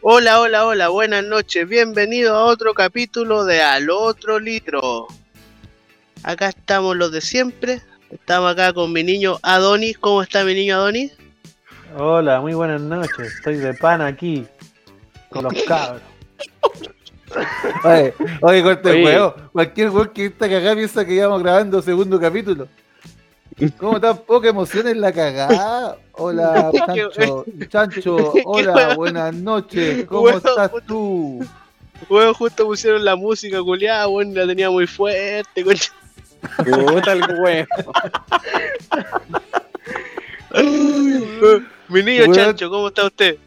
Hola, hola, hola, buenas noches. Bienvenido a otro capítulo de Al Otro Litro. Acá estamos los de siempre. Estamos acá con mi niño Adonis. ¿Cómo está mi niño Adonis? Hola, muy buenas noches. Estoy de pan aquí con los cabros. Oye, oye, corte el Oye. huevo. Cualquier weón que está cagada piensa que íbamos grabando segundo capítulo. ¿Cómo tan poca emoción en la cagada? Hola, Chancho. Chancho, hola, weón. buenas noches. ¿Cómo Weón, estás tú? Bueno, justo pusieron la música culiada, bueno, la tenía muy fuerte. concha. Puta el huevo. mi niño Weón. Chancho, ¿cómo está usted?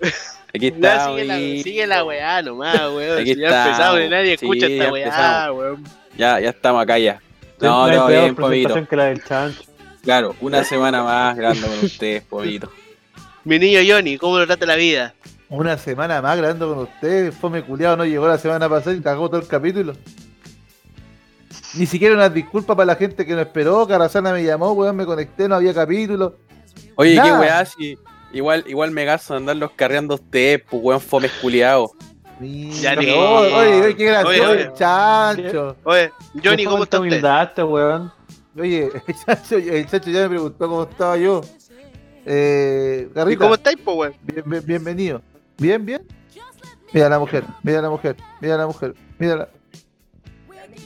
Aquí Ya, está. sigue, la, güey. sigue la weá nomás, weón. Aquí si ya estamos. empezamos y nadie Sí, escucha esta ya weá, empezamos. weón. Ya, ya estamos acá ya. No No, hay no, peor bien, presentación Pobito. que la del chancho. Claro, una semana más grabando con ustedes, Pobito. Mi niño Johnny, ¿cómo lo trata la vida? Una semana más grabando con ustedes. Fome culiado no llegó la semana pasada y cagó todo el capítulo. Ni siquiera una disculpa para la gente que no esperó. Carrasana me llamó, weón, me conecté, no había capítulo. Oye, qué Nada. weá, si igual, igual me gasto andarlos carreando a ustedes, pues weón, fomes culiados. Ya Mira, ni- oye, oye, qué gracioso, Oye, oye. Chancho. Oye, Johnny, Qué ¿cómo está falta usted? humildad este weón. Oye, el chacho, el chacho ya me preguntó cómo estaba yo. Eh, ¿Y Garrita, cómo estáis, po, weón? bien- bien- bienvenido. ¿Bien, bien? Mira la mujer, mira la mujer, mira la mujer, mira la...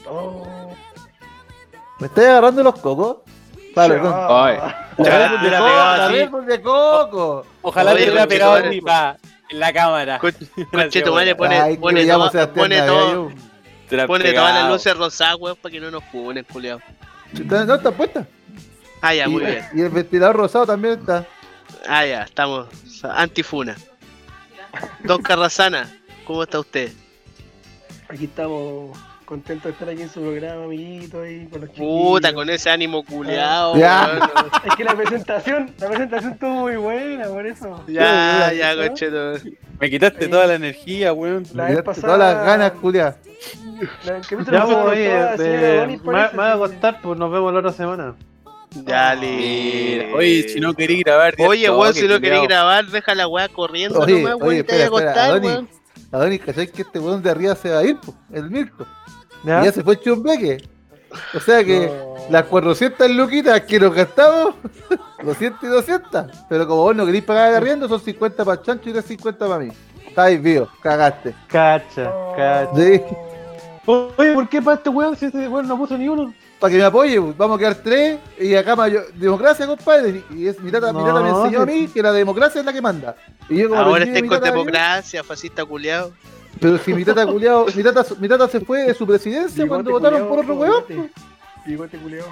Oh, ¿Me estás agarrando los cocos? Vale, perdón. Oye, La ah, Red ojalá te Bull de coco, la Red Bull de hubiera pegado así. coco. Ojalá Oye, te hubiera conche pegado tu en mi pa, en la cámara. Con- Conchetumare, weón. pone, Ay, que pone, me llamo toda- Sebastián pone, Navia, todo- yo. Te la pone has todas las pegado. luces rosadas, weón, para que no nos funen, culiao. Está- No, está puesta. Ah, ya, y, muy bien. y el ventilador rosado también está. Ah, ya, estamos. Antifuna. Don Carrasana, ¿cómo está usted? Aquí estamos contentos de estar aquí en su programa, amiguitos, y con los Puta, chiquillos. con ese ánimo culiao. Ya. weón. Es que la presentación, la presentación estuvo muy buena, por eso. Ya, ya, ¿no? conchetumare. Me quitaste toda la energía, weón. La Me vez tiraste pasada... Todas las ganas, Julia. La, el capítulo Ya, pues, pasado nos oye, estaba de- haciendo Bonnie, me, parece, me voy a sí. acostar, pues nos vemos la otra semana. Ya, Ah, Mira, listo. Oye, si no querí grabar. di al Oye, weón, toque, si no culiao. querés grabar, deja la weá corriendo Oye, nomás, oye, weón, y te voy a espera, espera, acostar, Adonis. weón. Adonis, ¿cachai que este weón de arriba se va a ir? po? El Mirko. ¿Ya? Y ya se fue Chumbeque. O sea que No. las 400 luquitas que nos gastamos, 200 y 200. Pero como vos no querís pagar el arriendo, son 50 para Chancho y 350 para mí. Estáis vivos, cagaste. Cacha, Oh. cacha. Sí. Oye, ¿por qué para este weón si este weón no puso ni uno? Para que me apoye, pues, vamos a quedar tres. Y acá, mayor- democracia, compadre. Y es, mi, tata, mi No, tata me enseñó a sí. mí que la democracia es la que manda. Y yo como Ahora aprendí de estés mi con tata, yo- democracia, fascista culiao. Pero si mi tata culiao, mi tata, mi tata se fue de su presidencia cuando votaron por otro weón. pues. Bigote culeado.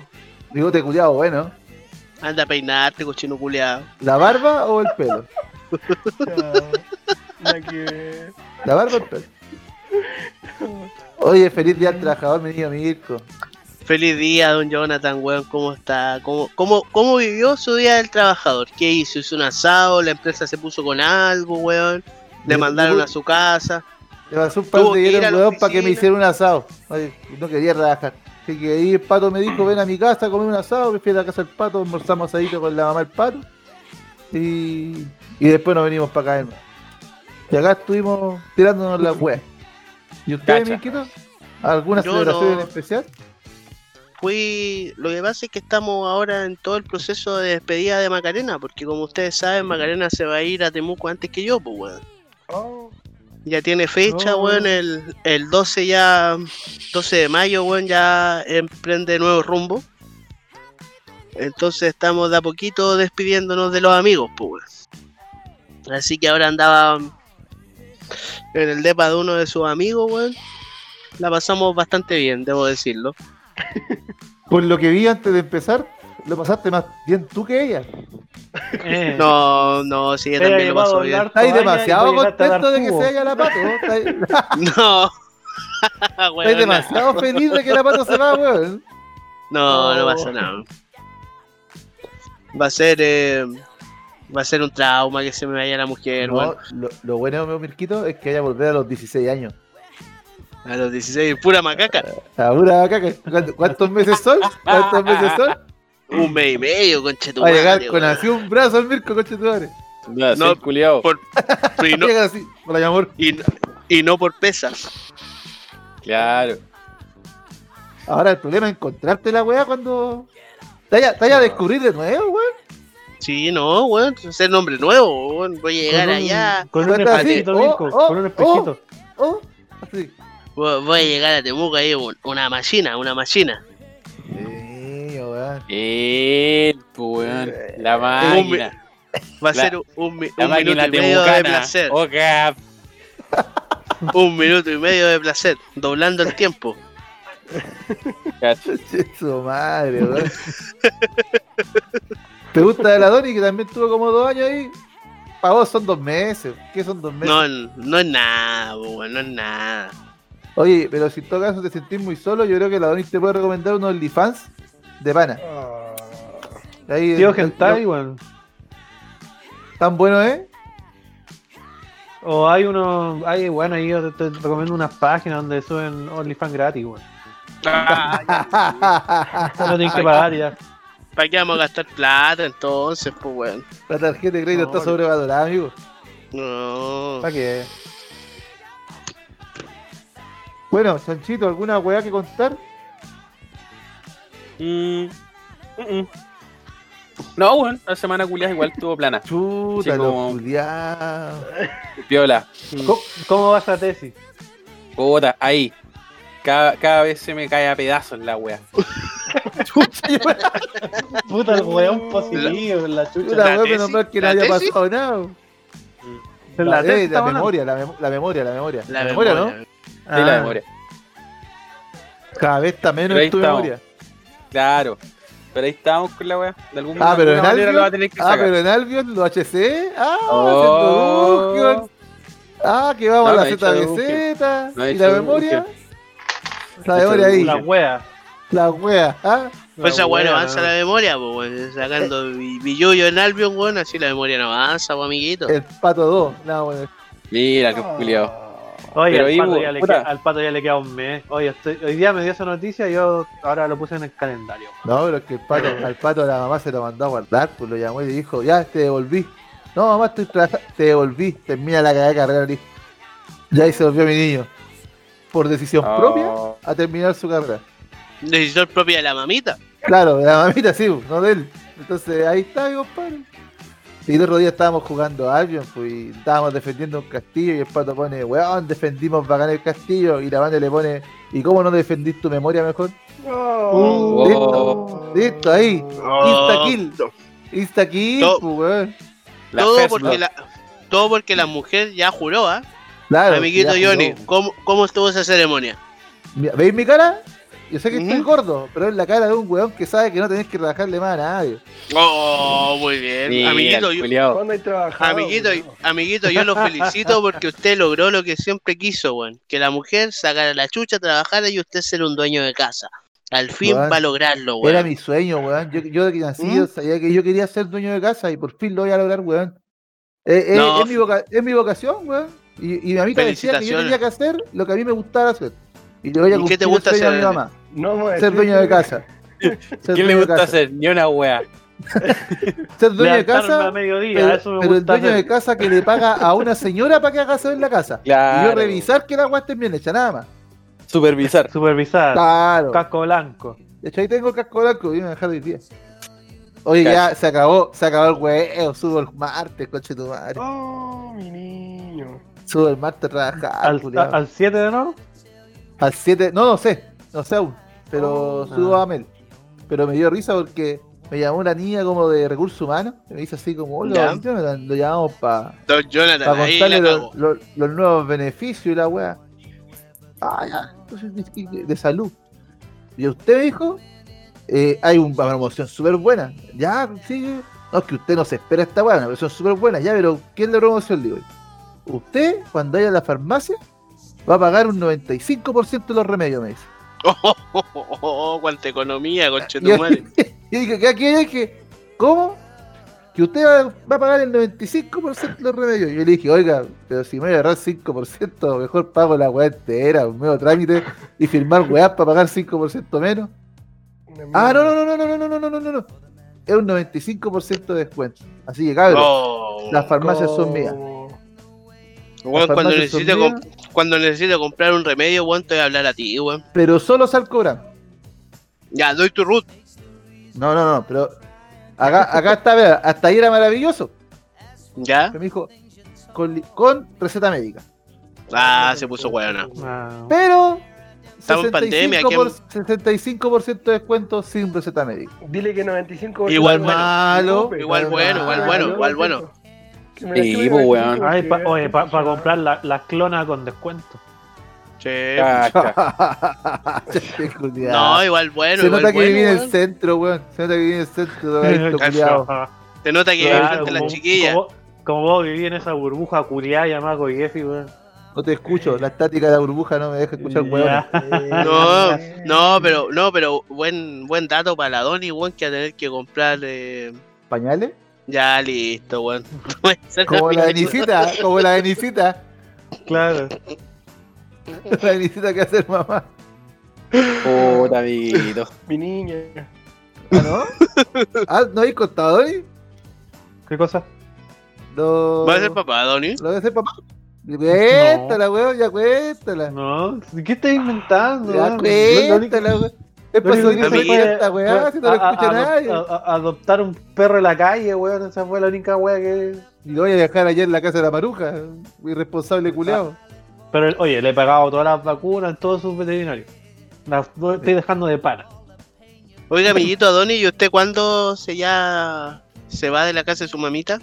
Bigote culiao, bueno. Anda a peinarte, cochino culiao. ¿La barba o el pelo? Nada que ver. La barba o el pelo. Oye, feliz día al trabajador, mi niño Mirko. Feliz día, don Jonathan, weón. ¿Cómo está? ¿Cómo, cómo, cómo vivió su día del trabajador? ¿Qué hizo? ¿Hizo un asado? ¿La empresa se puso con algo, weón? ¿Le Yo- mandaron yo- a su casa? Le pasó un par Tuvo de que ir hielos a al la weón para que me oficina. hiciera un asado. Oye, no quería trabajar. Así que ahí el pato me dijo, ven a mi casa a comer un asado, me fui a la casa del pato, almorzamos asadito con la mamá del pato. Y, y después nos venimos para acá, hermano. Y acá estuvimos tirándonos las weas. ¿Y ustedes, Cacha. Mirquito? ¿Alguna Yo celebración no. en especial? fui. Lo que pasa es que estamos ahora en todo el proceso de despedida de Macarena, porque como ustedes saben, Macarena se va a ir a Temuco antes que yo, pues, weón. Oh, Ya tiene fecha, No. weón. El, el 12 ya. 12 de mayo, weón, ya emprende nuevo rumbo. Entonces estamos de a poquito despidiéndonos de los amigos, pues, weón. Así que ahora andaba en el depa de uno de sus amigos, weón. La pasamos bastante bien, debo decirlo. Por lo que vi antes de empezar, lo pasaste más bien tú que ella. Eh, No, no, sí, yo también lo pasó bien. Estáis demasiado contento de que se haya la pato. ¿no? Estáis estáis No. Weona. demasiado feliz de que la pato se va, weón. No, no No. pasa nada. Va a ser eh, va a ser un trauma que se me vaya la mujer, No, weón. lo, lo bueno, mi Mirquito, es que ella volver a los 16 años. A los 16, pura macaca. Ahora acá, que- ¿cuánto- ¿cuántos meses son? ¿Cuántos meses son? Un mes y medio, conche tu Va a llegar madre, con weón. así un brazo al Mirko, coche tu madre. Ya, No, sí, culiao. por- Y no, Llega así, hola, mi amor. y, y no por pesas. Claro. Ahora el problema es encontrarte la weá cuando. Te vaya, te vaya a descubrir de nuevo, weón. Sí, no, weón. Ser nombre nuevo, weón. Voy a llegar un- allá. Con un Cuenta así, espejito, oh, Mirko, oh, con un espejito. Oh, así. Voy voy a llegar a Temuco ahí, un- una máquina, una máquina. Sí, weón. Él, po, weón. La máquina. Va a La- ser un, un mi- La un minuto máquina y medio de temucana. placer. Oh, cap. Un minuto y medio de placer. Doblando el tiempo. Che, su madre, weón. ¿Te gusta el Adoni que también tuvo como dos años ahí? Para vos son dos meses. ¿Qué son dos meses? No, no es nada, weón. No es nada. Oye, pero si en todo caso te sentís muy solo, yo creo que el Adonis te puede recomendar unos OnlyFans de pana. Ah, Ahí, Tío eh, Gentai, weón. Tan bueno, ¿eh? O hay uno, hay, bueno, ahí yo te, te recomiendo unas páginas donde suben OnlyFans gratis, weón. Ah, No tienes que pagar y ya. ¿Para qué vamos a gastar plata entonces, pues, weón? La tarjeta de crédito No, está no. sobrevalorada, amigo. No. ¿Para qué? Bueno, Sanchito, ¿alguna weá que contar? Mm, mm, mm. No, weón. La semana culiada igual estuvo plana. Chuta, Sí, lo como- culiao. Piola. ¿Cómo, cómo va esa tesis? Puta, ahí. Cada, cada vez se me cae a pedazos la wea. Puta, el weón positivo, la ¿La chucha. Chuta, weá, tesis? menos mal que no ¿La haya tesis? pasado nada. La, La, eh, tesis la está buena. memoria, la, mem- la memoria, la memoria. La memoria, De la Ah. memoria. Cada vez está menos Pero ahí en tu estamos. memoria. Claro. Pero ahí estábamos con la wea. De algún Ah, pero en de alguna manera Albion. lo va a tener que Ah, sacar. pero en Albion, lo HC. Ah, Oh. se produjo. Ah, que vamos No, a no la he hecho ZBZ. No he y la hecho memoria. La No he hecho memoria ahí. La wea. La wea. Ah, Pues esa La weón wea, avanza ¿no? la memoria, pues, weón. Sacando bi- billullo en Albion, weón, así la memoria no avanza, pues, amiguito. el pato 2. No, bueno. Mira, qué ah. culiao. Oye, Pero al, ahí, pato weón, ya le puta. queda, al pato ya le queda un mes. Oye, estoy- hoy día me dio esa noticia y yo ahora lo puse en el calendario. No, pero es que el pato, al pato la mamá se lo mandó a guardar, pues lo llamó y le dijo, ya te devolví. No, mamá, estoy trabajando, te devolví, termina la cagada de carrera, le dijo. Y ahí se volvió mi niño. Por decisión propia, Oh. a terminar su carrera. Decisión propia de la mamita. Claro, de la mamita sí, pues, no de él. Entonces ahí está, mi compadre. Y el otro día estábamos jugando a Albion, pues, y estábamos defendiendo un castillo y el pato pone, weón, defendimos bacán el castillo. Y la banda le pone, ¿y cómo no defendís tu memoria mejor? Oh. listo, Uh, listo, ahí. Oh, Insta-kill. Insta-kill, No. pues, weón. La todo, first porque blood. la, todo porque la mujer ya juró, ¿ah? Claro. Amiguito ya, pues. Johnny, no. ¿cómo, ¿cómo estuvo esa ceremonia? Mira, ¿Veis mi cara? Yo sé que estoy Ujú. gordo, pero es la cara de un weón que sabe que no tenés que trabajarle más a nadie. Oh, muy bien. Mira, amiguito, el yo, culiao. ¿Cuándo hay trabajado? amiguito, weón? amiguito, yo lo felicito porque usted logró lo que siempre quiso, weón. Que la mujer sacara la chucha, trabajara y usted ser un dueño de casa. Al fin Weón, va a lograrlo, weón. Era mi sueño, weón. Yo, yo de que nací, ¿Mm? sabía que yo quería ser dueño de casa y por fin lo voy a lograr, weón. Eh, eh, No. es, mi voca- es mi vocación, weón. Y, y mi amiga decía que yo Felicitaciones. tenía que hacer lo que a mí me gustaba hacer. Y le voy ¿Y a qué cumplir te el gusta sueño a mi hacer? mamá. No, weón, Ser sí, dueño de sí, casa. Ser ¿Qué le dueño de gusta casa. hacer? Ni una wea. Ser dueño de Levantarme casa a mediodía, Pero, eso me pero el gusta dueño hacer. de casa que le paga a una señora para que haga eso en la casa. Y yo Claro. revisar que la agua esté bien hecha, nada más. Supervisar. Supervisar, Claro. casco blanco. De hecho, ahí tengo el casco blanco, voy a dejar hoy día. Oye, Claro. ya se acabó, se acabó el huevo, subo el martes, coche tu madre. Oh, mi niño. Subo el martes a trabajar, Al, culiao. a- al 7 de nuevo, Al 7, no, no sé, no sé aún, pero Oh. subo Ah. a Mel. Pero me dio risa porque me llamó una niña como de recursos humanos, y me dice así como, Ya. hola, Jonathan, lo llamamos para Don Jonathan, para ahí la contarle cagó. los, los- los nuevos beneficios y la weá. Ah, ya, entonces, de- de, de salud. Y usted dijo, eh, hay un- una promoción súper buena. Ya, sí, no, es que usted no se espera esta weá, una promoción súper buena. Ya, pero ¿quién le promoción? Le digo, usted, cuando vaya a la farmacia, va a pagar un 95% de los remedios, me dice. Oh, oh, oh, oh, oh, cuánta economía, Yo, conchetumare. yo dije, ¿qué aquí hay? que ¿Cómo? Que usted va, va a pagar el 95% de los remedios. Yo le dije, oiga, pero si me voy a agarrar 5%, mejor pago la weá entera, un nuevo trámite y firmar weá para pagar 5% menos. Una Ah, no, mierda. no, no, no, no, no, no, no, no, no, no. es un 95% de descuento. Así que cabrón, Oh, las farmacias son mías. Como- weón, cuando, farmacias necesite son comp- cuando necesite comprar un remedio, weón, te voy a hablar a ti, weón. Pero solo sal cobran. Ya, doy tu root. No, no, no, pero acá, acá está, vea, hasta ahí era maravilloso. Ya. Que me dijo, con, li- con receta médica. Ah, se puso weona. Ah, Pero Estamos en pandemia, ¿quién- por- 65% de descuento sin receta médica. Dile que 95 Igual bueno. malo, Ope. Igual bueno, igual bueno, Ah, igual no, bueno. que me la eh. Sí, chupen pues, aquí, weón. porque- Ay, pa- oye, para comprar la- las clonas con descuento. Sí. Cacha. Qué culiao. No, igual bueno, Se igual nota que bueno, viví en el weón. centro, weón. Se nota que viví en el centro, drogadicto, culiao. Se nota que Claro, enfrente a como- las chiquillas. Como, como vos vivís en esa burbuja culiada llamada Goyefi, weón. No te escucho, la estática de la burbuja no me deja escuchar, weón. Ya. No, no, pero, no, pero buen, buen dato para la Donny, weón, que va a tener que comprar. eh, ¿Pañales? Ya, listo, weón. Como la de Nisita, como la de Nisita. Claro. La de Nisita que hacer mamá. Puta, amiguito. Mi niña. ¿Ah, no? ¿Ah, ¿No hay contador? eh? ¿Qué cosa? No. ¿Va a ser papá, Donny? ¿Lo va a hacer papá? Cuéntala, weón, ya cuéntala. No, ¿qué estás inventando? Ya weón? Lo único- cuéntala, weón. Es lo único que posible se que puede- esta weá, ah, si no lo a- a- escucha adop- nadie. a- a- adoptar un perro en la calle, weón. Esa fue la única weá que. Y lo voy a dejar allá en la casa de la maruja, irresponsable culeado. Pero oye, le he pagado todas las vacunas, todos sus veterinarios. Las do- estoy dejando de pana. Oiga, amiguito Donny, ¿y usted cuándo se ya se va de la casa de su mamita?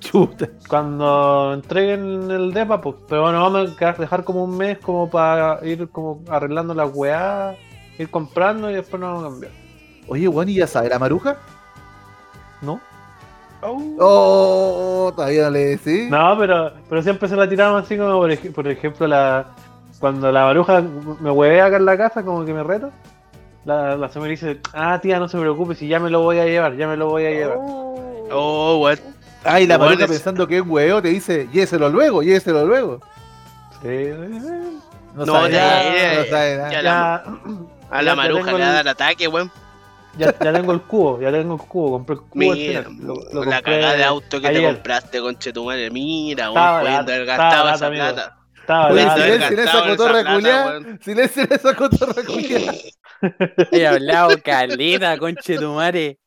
Chuta. Cuando entreguen el depa, pues. Pero bueno, vamos a quedar- dejar como un mes como para ir como arreglando las weá, ir comprando y después nos vamos a cambiar. Oye, weón, ¿y ya sabe la maruja? ¿No? Au. Oh, todavía no le decís. No, pero, pero siempre se la tiraban así como, por, ej- por ejemplo, la cuando la baruja me huevea acá en la casa, como que me reta, la, la señora dice, ah, tía, no se preocupe, si ya me lo voy a llevar, ya me lo voy a llevar. Oh, weón. Ay, la Weón, maruja es- pensando que es weón, te dice, llévelo luego, llévelo luego. Sí, eh, No, No, sabe ya, nada, ya, no sabe nada. ya. ya, A la Ya, ya maruja tengo le el- da el ataque, weón. ya, ya tengo el cubo, ya tengo el cubo, compré el cubo. al Mira, final, lo- lo la compré cagada de auto que te ayer. compraste, conche tu madre. Mira, Estaba weón, pudiendo barata, haber gastado estaba barata, esa amigo. plata. Estaba Oye, Pudiendo bravo. haber silencio en esa gastado esa cotorra culiá. plata, weón. Silencio en esa cotorra culiá. He hablado caleta, conche tu madre.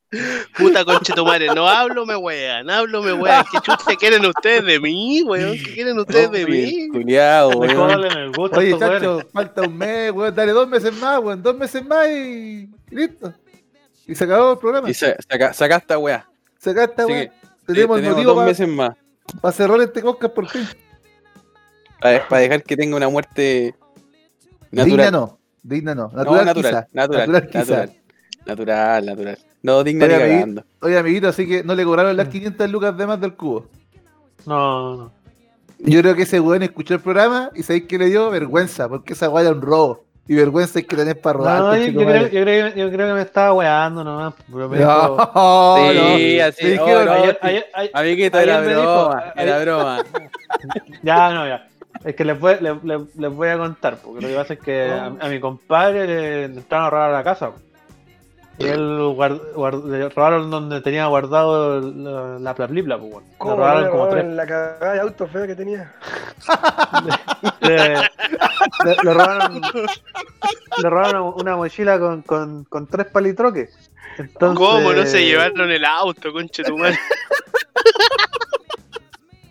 Puta conche tu madre, no hablo me wean, hablo me wean. ¿Qué chucha quieren ustedes de mí, weón? ¿Qué quieren ustedes de mí? Culiado, Dejó weón. darle en el gusto a Oye, estos weones. chacho, falta un mes, weón, dale dos meses más, weón, dos meses más y listo. Y se acabó el programa. Y sa- saca, saca esta weá. Se acaba esta Así weón. que, eh, Tenemos el tenemos motivo dos para meses más. cerrar este podcast por fin. Para, para dejar que tenga una muerte Digna natural. no, digna no. No, Natural, natural, quizá. natural, Natural natural, quizá. natural, natural, No, digna Oye, ni amiguito. cagando. Oye, amiguito, así que no le cobraron Mm. las 500 lucas de más del cubo. No, no. Yo creo que ese weón escuchó el programa y sabéis que le dio vergüenza, porque esa weá era un robo. Y vergüenza es que tenés para robar. No, yo, conchetumare. yo creo, yo, creo, yo creo que me estaba weando nomás. pero me No, dijo- no. Sí, así, Te oh, dijeron, no, ayer- ayer- ayer- Amiguito, Ayer era me dijo, broma, a- era ayer- broma. Ya, no, ya. Es que les voy, les, les- les voy a contar, porque lo que pasa es que a, a mi compadre le entraron a robar la casa. Y él guard- guard- le robaron donde tenía guardado el- la, la plaplipla, pues bueno. Le ¿Cómo me robaron como robaron tres. La cagada de auto feo que tenía. Le, le- le robaron, le robaron una mochila con, con, con tres palitroques. Entonces, ¿Cómo no se llevaron el auto, conche tu madre?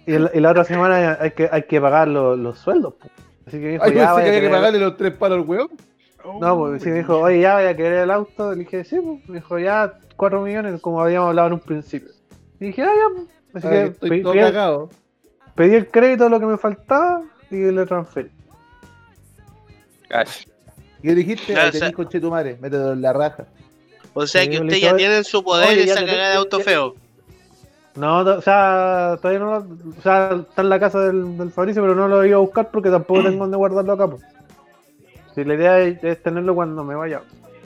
Y, el- y la otra semana hay que, hay que pagar los- los sueldos, pues. Así que dijo, Ay, ya vaya pensé que a había que tener- pagarle los tres palos al weón. No, Oh, pues sí me dijo, oye, ya voy a querer el auto. Le dije, sí, pues. Me dijo, ya, 4 millones, como habíamos hablado en un principio. Y dije, ah, ya, pues. Así Ay, que estoy pedí, todo pedí- cagado. pedí el crédito, lo que me faltaba, y le transferí. Cacho. ¿Qué dijiste? Ya, Ahí o sea- tenés conchetumare, mételo en la raja. O sea Sí, que yo le usted dije, ya oye, tiene en su poder oye, ya esa te- cagada de auto ya- feo. No, to- o sea, todavía no lo, O sea, está en la casa del, del Fabricio, pero no lo iba a buscar porque tampoco tengo dónde guardarlo acá, pues. Si la idea es, es tenerlo cuando me vaya.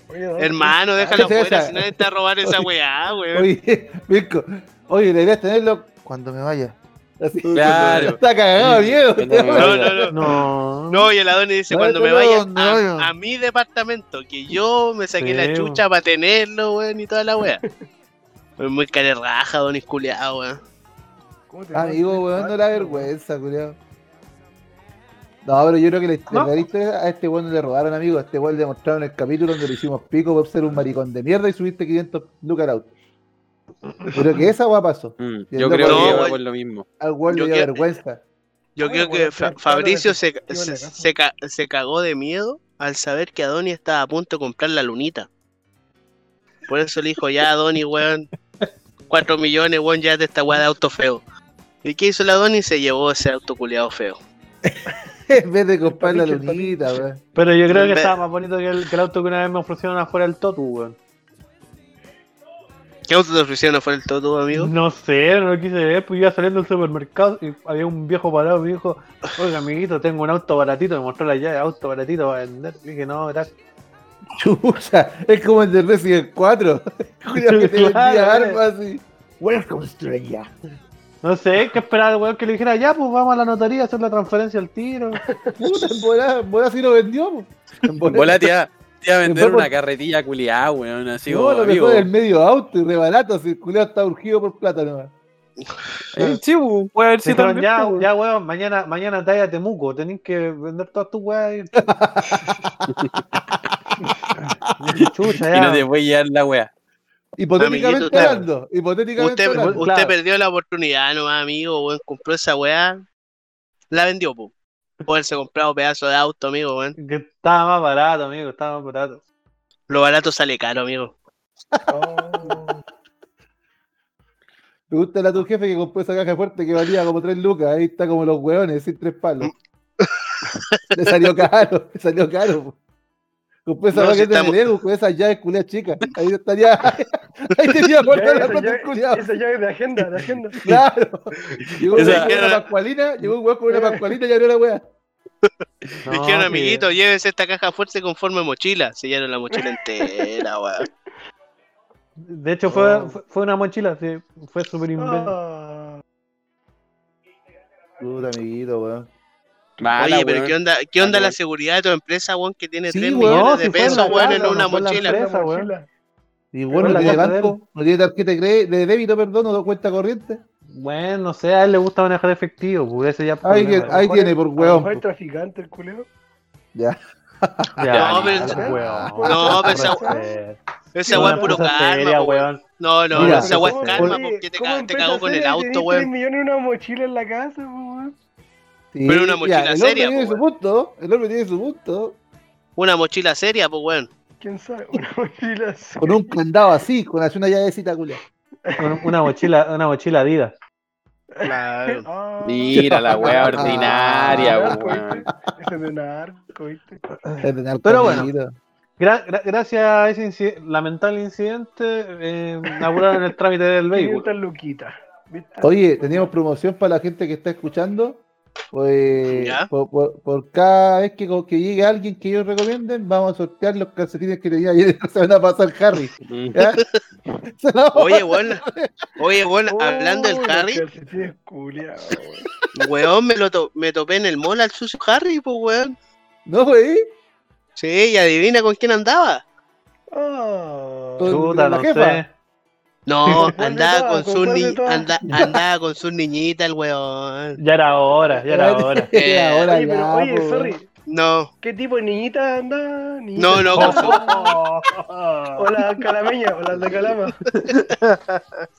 Hermano, déjalo déjalo sí, afuera, esa- si nadie te va a robar esa weá, weón. Oye, Mirko, oye, la idea es tenerlo cuando me vaya. Así. Claro. Está cagado, Diego. Cuando me No, vaya. no, no. No. No, y el Adonis dice, No, cuando no, me no, vaya no, no. a, a mi departamento, que yo me saqué Sí, la weón. chucha para tenerlo, weón, y toda la weá. Es muy carerraja, don Isculeado, weón. ¿Cómo te Amigo, Ah, weón, no la vergüenza, culiao. No, pero yo creo que le, No. le pediste a este weón le robaron, amigo. A este weón le mostraron el capítulo donde le hicimos pico por ser un maricón de mierda y subiste 500 lucas al auto. Yo creo que esa weá pasó. Mm, Y Yo el creo loco- No, que va güey. por lo mismo. Al weón Yo le dio quiero- vergüenza. Yo Ah, creo bueno, que Fa- tres palos Fabricio de se, efectivo en se, la casa. se ca- se cagó de miedo al saber que Adoni estaba a punto de comprar la lunita. Por eso le dijo, ya Adoni, weón, 4 millones, weón, ya de esta weá de auto feo. ¿Y qué hizo la Adoni? Se llevó ese auto culeado feo. en vez de comprar la Papiche, lunita, weón. Pero yo creo En que vez- estaba más bonito que el, que el auto que una vez me ofrecieron afuera del Totu, weón. ¿Qué auto te ofrecieron fue el todo, amigo? No sé, no lo quise ver, pues iba saliendo del supermercado y había un viejo parado y me dijo, oiga amiguito, tengo un auto baratito, me mostró la llave, auto baratito para vender. Y dije, no, gracias. Chucha, es como el de Resident 4. Cuidado que te Claro, vendía weón. armas y. Welcome, stranger. No sé, ¿qué esperaba el weón que le dijera? Ya, pues vamos a la notaría a hacer la transferencia al tiro. Puta, en volada, en volada sí lo vendió. po. En volada- Bola te iba te iba a vender Después- una carretilla culiada, weón. Así No, como, lo amigo. mejor es el medio auto y rebarato, si el culiao está urgido por plata nomás. Eh, sí, weón, pues, puede haber sido Dijeron, también, pues, pues, ya, ya, weón. weón, mañana, mañana te vas a Temuco, tenés que vender todas tus weas. y- Chucha, Y no te ya. voy a llevar la weá. Hipotéticamente Amiguito, hablando, hipotéticamente Usted, hablando. usted claro. perdió la oportunidad nomás, amigo, weón, compró esa weá, la vendió, po. Poderse comprar un pedazo de auto, amigo, weón. Que estaba más barato, amigo, estaba más barato. Lo barato sale caro, amigo. Pregúntale a tu jefe que compró esa caja fuerte que valía como 3 lucas, ahí está como los hueones, sin tres palos. le salió caro, le salió caro. po. Compró esa No, caja si de estamos- Lego, con esas llaves culias chicas. Ahí estaría. Ahí tenía guardada la Esa plata el llave- culiao. esa llave de agenda, de agenda. Claro. Llegó un Esa- hueón con una pascualina, llegó un hueón Eh. con una pascualina y abrió la hueá. No, Dijeron, sí. amiguito, llévese esta caja fuerte conforme mochila. Sellaron la mochila entera, weón. De hecho, fue, Oh. fue, fue una mochila, sí, fue súper Oh. invento. Ah, Puta amiguito, weón. Mala, Oye, pero weón. ¿qué onda, qué onda Mala, la weón. seguridad de tu empresa, weón, que tiene Sí, 3 weón, millones si de fue en pesos, la weón, en casa, una no fue en la mochila? empresa. Esa, la weón. mochila. Y Pero bueno, no la tiene cuenta de banco, no tiene tarjeta de, cre- de débito, perdón, no da cuenta corriente. Bueno, no sé, a él le gusta manejar efectivo, pues ese ya. es Ahí, que, problema. ahí Mejor tiene es- por a lo hueón. mejor es po. traficante el culeo. Ya. Ya, No, pero- ya, weón. No, pero esa- Correcto. Esa weón es puro Una cosa karma, seria, weón. No, no, Mira, esa weón ¿cómo- es karma, Oye, porque pues, te, ¿cómo ca- te empresa cagó con el seria auto, tenés weón. 3 millones en una mochila en la casa, po, weón. Sí, Pero una mochila el hombre seria, tiene po, su punto, el hombre tiene su punto. Una mochila seria, pues, weón. ¿Quién sabe? Una mochila así. Con un candado así, con así una llavecita culia. Una- Una mochila, una mochila Adidas. Claro. Ah, Mira la weá ordinaria, narco, weón. ¿viste? Ese de narco, ¿viste? Es de narco, Pero bueno. amiguito. Gra- gra- gracias a ese inci- lamentable incidente, eh, apuraron el trámite del vehículo. 500 luquitas, ¿viste? Oye, teníamos promoción para la gente que está escuchando. Pues, Ya. por, por- por cada vez que, que llegue alguien que ellos recomienden, vamos a sortear los calcetines que tenía ayer. Se van a pasar Harry. Mm. ¿ya? Se la vamos Oye, weón. Oye, weón, hablando del Oh, los Harry, calcetines culiados, weón. weón, me, lo to- me topé en el mall al sucio Harry, pues, weón. ¿No, güey? Sí, y adivina con quién andaba. Ah. Con- Chuta, la no jefa. sé. No, cuál de andaba todas? con ¿Con su cuál de ni- todas? anda- andaba con su niñita, el weón. Ya era hora, ya era hora. Era hora Oye, pero, ya, oye, po, güey. sorry, No, ¿qué tipo de niñita anda? Niñita. No, no, O la calameña, o la de calama.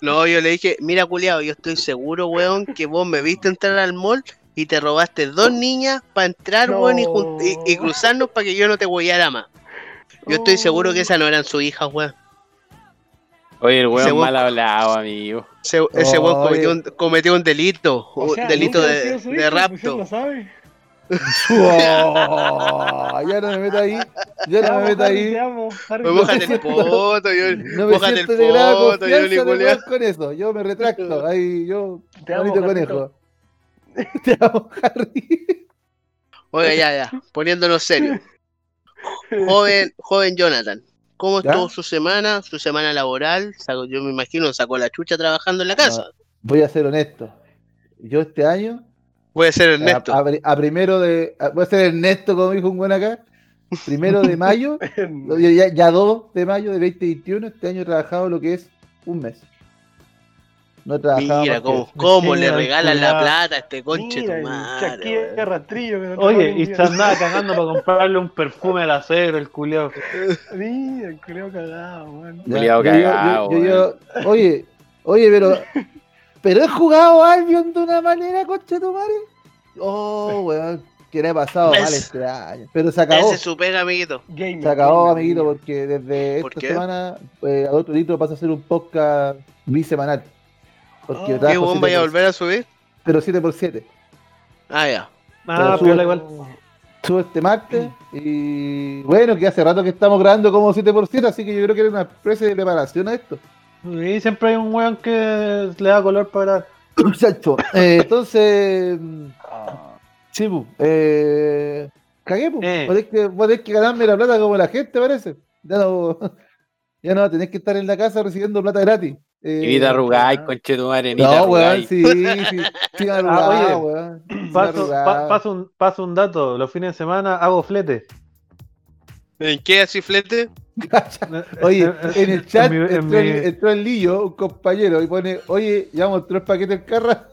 No, yo le dije, mira, culiao, yo estoy seguro, weón, que vos me viste entrar al mall y te robaste dos niñas para entrar, No. weón, y, jun- y- y cruzarnos para que yo no te huellara más. Yo estoy seguro que esas no eran sus hijas, weón. Oye, el Ese weón weón- mal hablado, amigo. Ese, ese weón Oye. cometió un, cometió un delito, O un sea, delito nunca ha de, sido su de hija, pues, él rapto. no sabe. Oh, ya no me meto ahí. Ya Te no me amo, meto Harry, ahí. te amo, Harry. Me mojan Pues el poto, yo, No me mojan el siento de grado de poto, yo ni confianza de culiao. weón con eso. Yo me retracto. Ahí yo, Te amo, bonito Jarrito. conejo. Te amo, Harry. Eh, Oiga, ya, ya, poniéndonos serio. Joven, joven Jonathan, ¿cómo ¿Ya? estuvo su semana, su semana laboral? Sacó- yo me imagino sacó la chucha trabajando en la casa. Voy a ser honesto. Yo este año, Voy a ser a, Ernesto. a- a primero de. a- voy a ser Ernesto, como dijo un buen acá. Primero de mayo, ya, ya 2 de mayo de 2021, este año he trabajado lo que es un mes. No trabajaba. Mira más que- cómo, cómo le Mira, regalan la cuidado. plata a este conche Mira, tu el madre. Shakira weón. Rastrillo, que no Oye, trabaja y ni se un día. andaba cagando para comprarle un perfume al acero, el culiao. Mira, el culeo cagado, weón. Ya, Culeado yo llego- cagao, yo- yo llego- Oye, oye, pero. Pero he jugado a Albion de una manera, concha de tu madre. Oh, weón. Que le he pasado ¿Ves? mal este año. Pero se acabó. Ese es su pega, amiguito. Gamer, Se acabó, gamer, amiguito, gamer. porque desde ¿Por esta qué? semana eh, Adulto Litro pasa a ser un podcast bisemanal. Porque Oh. trabajo Ah, ¿Qué bomba siete ya por- volver a subir? Pero 7x7. Ah, ya. Ah, Pero piola tú- igual. Subo este martes y bueno, que hace rato que estamos grabando como 7x7, así que yo creo que era una especie de preparación a esto. Y siempre hay un weón que le da color para. Exacto. Eh, entonces, sí, pu, eh, cagué, pues. Eh. Vos, tenés que, vos tenés que ganarme la plata como la gente, parece. Ya no, ya no tenés que estar en la casa recibiendo plata gratis. Eh, Evita arrugáis, conche tu madre, No, Evita weón, arrugáis. sí, sí, sí, arrugado, Ah, oye, weón. sí, Paso, arrugado. pa- paso un, paso un dato: los fines de semana hago flete. ¿En qué así flete? Cacha. Oye, en el chat mi- Eh, en entró, el- mi- entró el Lillo, un compañero, y pone, oye, llevamos tres paquetes en carra.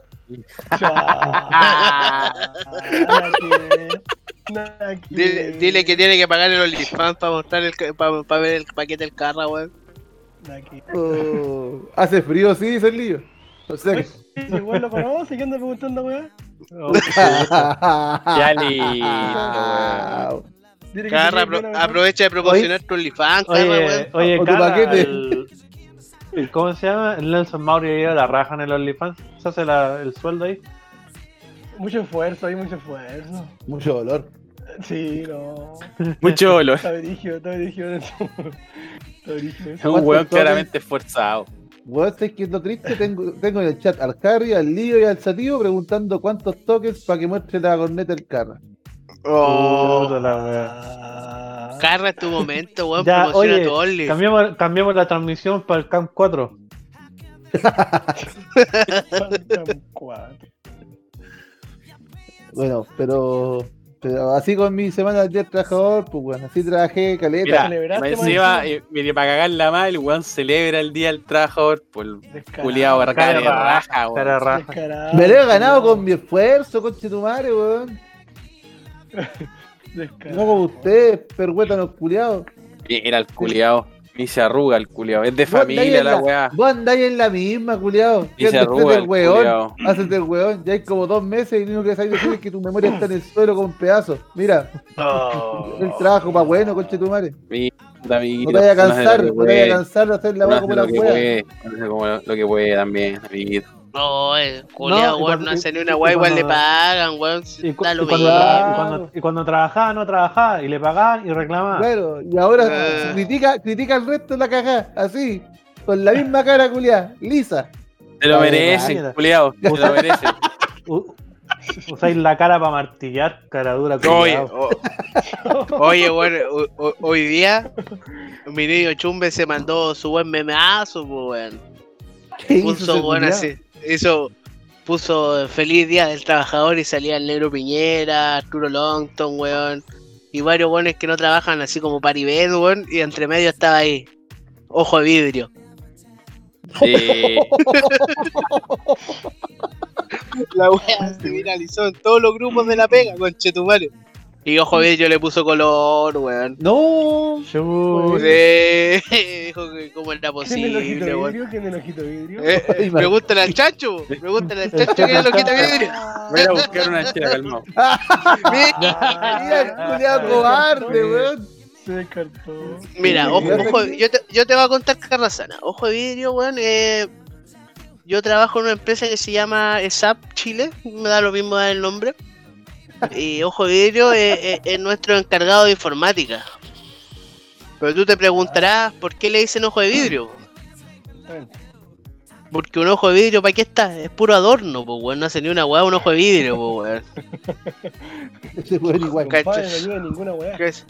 Nada que ver, nada que Dile, ver, dile que tiene que pagar el OnlyFans para mostrar el ca- pa- pa ver el paquete del carro, weón. nada que ver. Oh, hace frío, sí, dice el Lillo. O sea que- Ese weón lo conoce, ¿qué anda preguntando, weón? Oh. Ya listo, weón. Wow. Dile que Carra, sí, apro- weón, aprovecha de promocionar tu OnlyFans, carra, Oye, weón. oye, O tu Carla, paquete. el- el- ¿Cómo se llama? El Nelson Mauri lleva la raja en el OnlyFans. Se hace la- el sueldo ahí. Mucho esfuerzo, hay mucho esfuerzo. Mucho dolor. Sí, no. Mucho olor. Está dirigido, está dirigido en eso. Está dirigido en Es eso. un ¿Cuántos weón toques? claramente esforzado. Weón, ¿sabes qué es lo triste? Tengo, tengo en el chat al Harry, al Lillo y al Sativo preguntando cuántos toques para que muestre la corneta el carra. Oh, Puta la wea. Ah, carra es tu momento, weón. Ya, Promociona oye, tu Only. Cambiamos, cambiamos la transmisión para el Camp 4. faltan cuatro. Bueno, pero, pero así con mi semana del día del trabajador, pues bueno, así trabajé caleta. Mira, celebraste, encima, man? eh, mire, para cagarla mal, el weón celebra el día del trabajador por el Descarado, culiado arcade de Cara de raja, Ah, Cara weón. raja. descarado, Me lo he ganado culiao, con mi esfuerzo, coche tu madre, weón. descarado. No como ustedes, perhuétanos culiados. Mira el culiado. Ni se arruga el culiado. Es de Vos andáis familia en la weá. Vos andáis en la misma, culiado. Ni se arruga el culiado. Haces del weón, ya hay como dos meses y lo único que sabes decir es que tu memoria está en el suelo con pedazos. Mira, el trabajo pa' bueno, coche tu madre. No te vayas a cansar, no te vayas a cansar de hacer la weá como la lo que weá. puede, hace como lo lo que puede también, amiguito. No, eh, culiao, No, y weón, cuando- no y- hace ni y una guay, igual le cuando- pagan, weón. si Y, cu- Está y lo cuando, mismo. tra- y cuando- y cuando trabajaba, no trabajaba. Y le pagaban y reclamaba. Claro, y ahora Ah. critica, critica al resto de la caja, así, con la misma cara, culiada, lisa. Te lo Ay, merecen, mira. culiado. Te lo merecen. U- usáis la cara para martillar, cara dura. Oye, oh, culiao. o- Oye, bueno, ho- ho- hoy día mi niño Chumbe se mandó su buen memeazo, po, weón. ¿Qué hizo ese Puso, weón, culiao? así. Hizo, puso feliz día del trabajador y salía el negro Piñera, Arturo Longton, weón. Y varios weones que no trabajan así como Paribet, weón. Y entre medio estaba ahí. Ojo de vidrio. sí. La wea se viralizó en todos los grupos de la pega, conchetumare. Y ojo de vidrio le puso color, weón. No, Chu- Sí, dijo que cómo era ¿Quién es el ojito posible, weón. vidrio? ¿Quién es el ojito vidrio? Eh, eh, pregúntale al chacho, pregúntale al chacho que es lo que te viene. Voy a ir a buscar una chela, calmado. mira Ah, el culiao cobarde, weón. Se descartó. Mira, ojo, ¿verdad ojo, que- yo te, yo te voy a contar Carrasana. Ojo de vidrio, weón. eh, yo trabajo en una empresa que se llama SAP Chile, me da lo mismo dar el nombre. Y ojo de vidrio eh, eh, es nuestro encargado de informática. Pero tú te preguntarás, ¿por qué le dicen ojo de vidrio? Porque un ojo de vidrio, ¿para qué está? Es puro adorno, pues, weón. No hace ni una weá un ojo de vidrio, pues, weón. Ese weón igual. Cacho. Compadre, no ayuda en ninguna weá. ¿Qué es?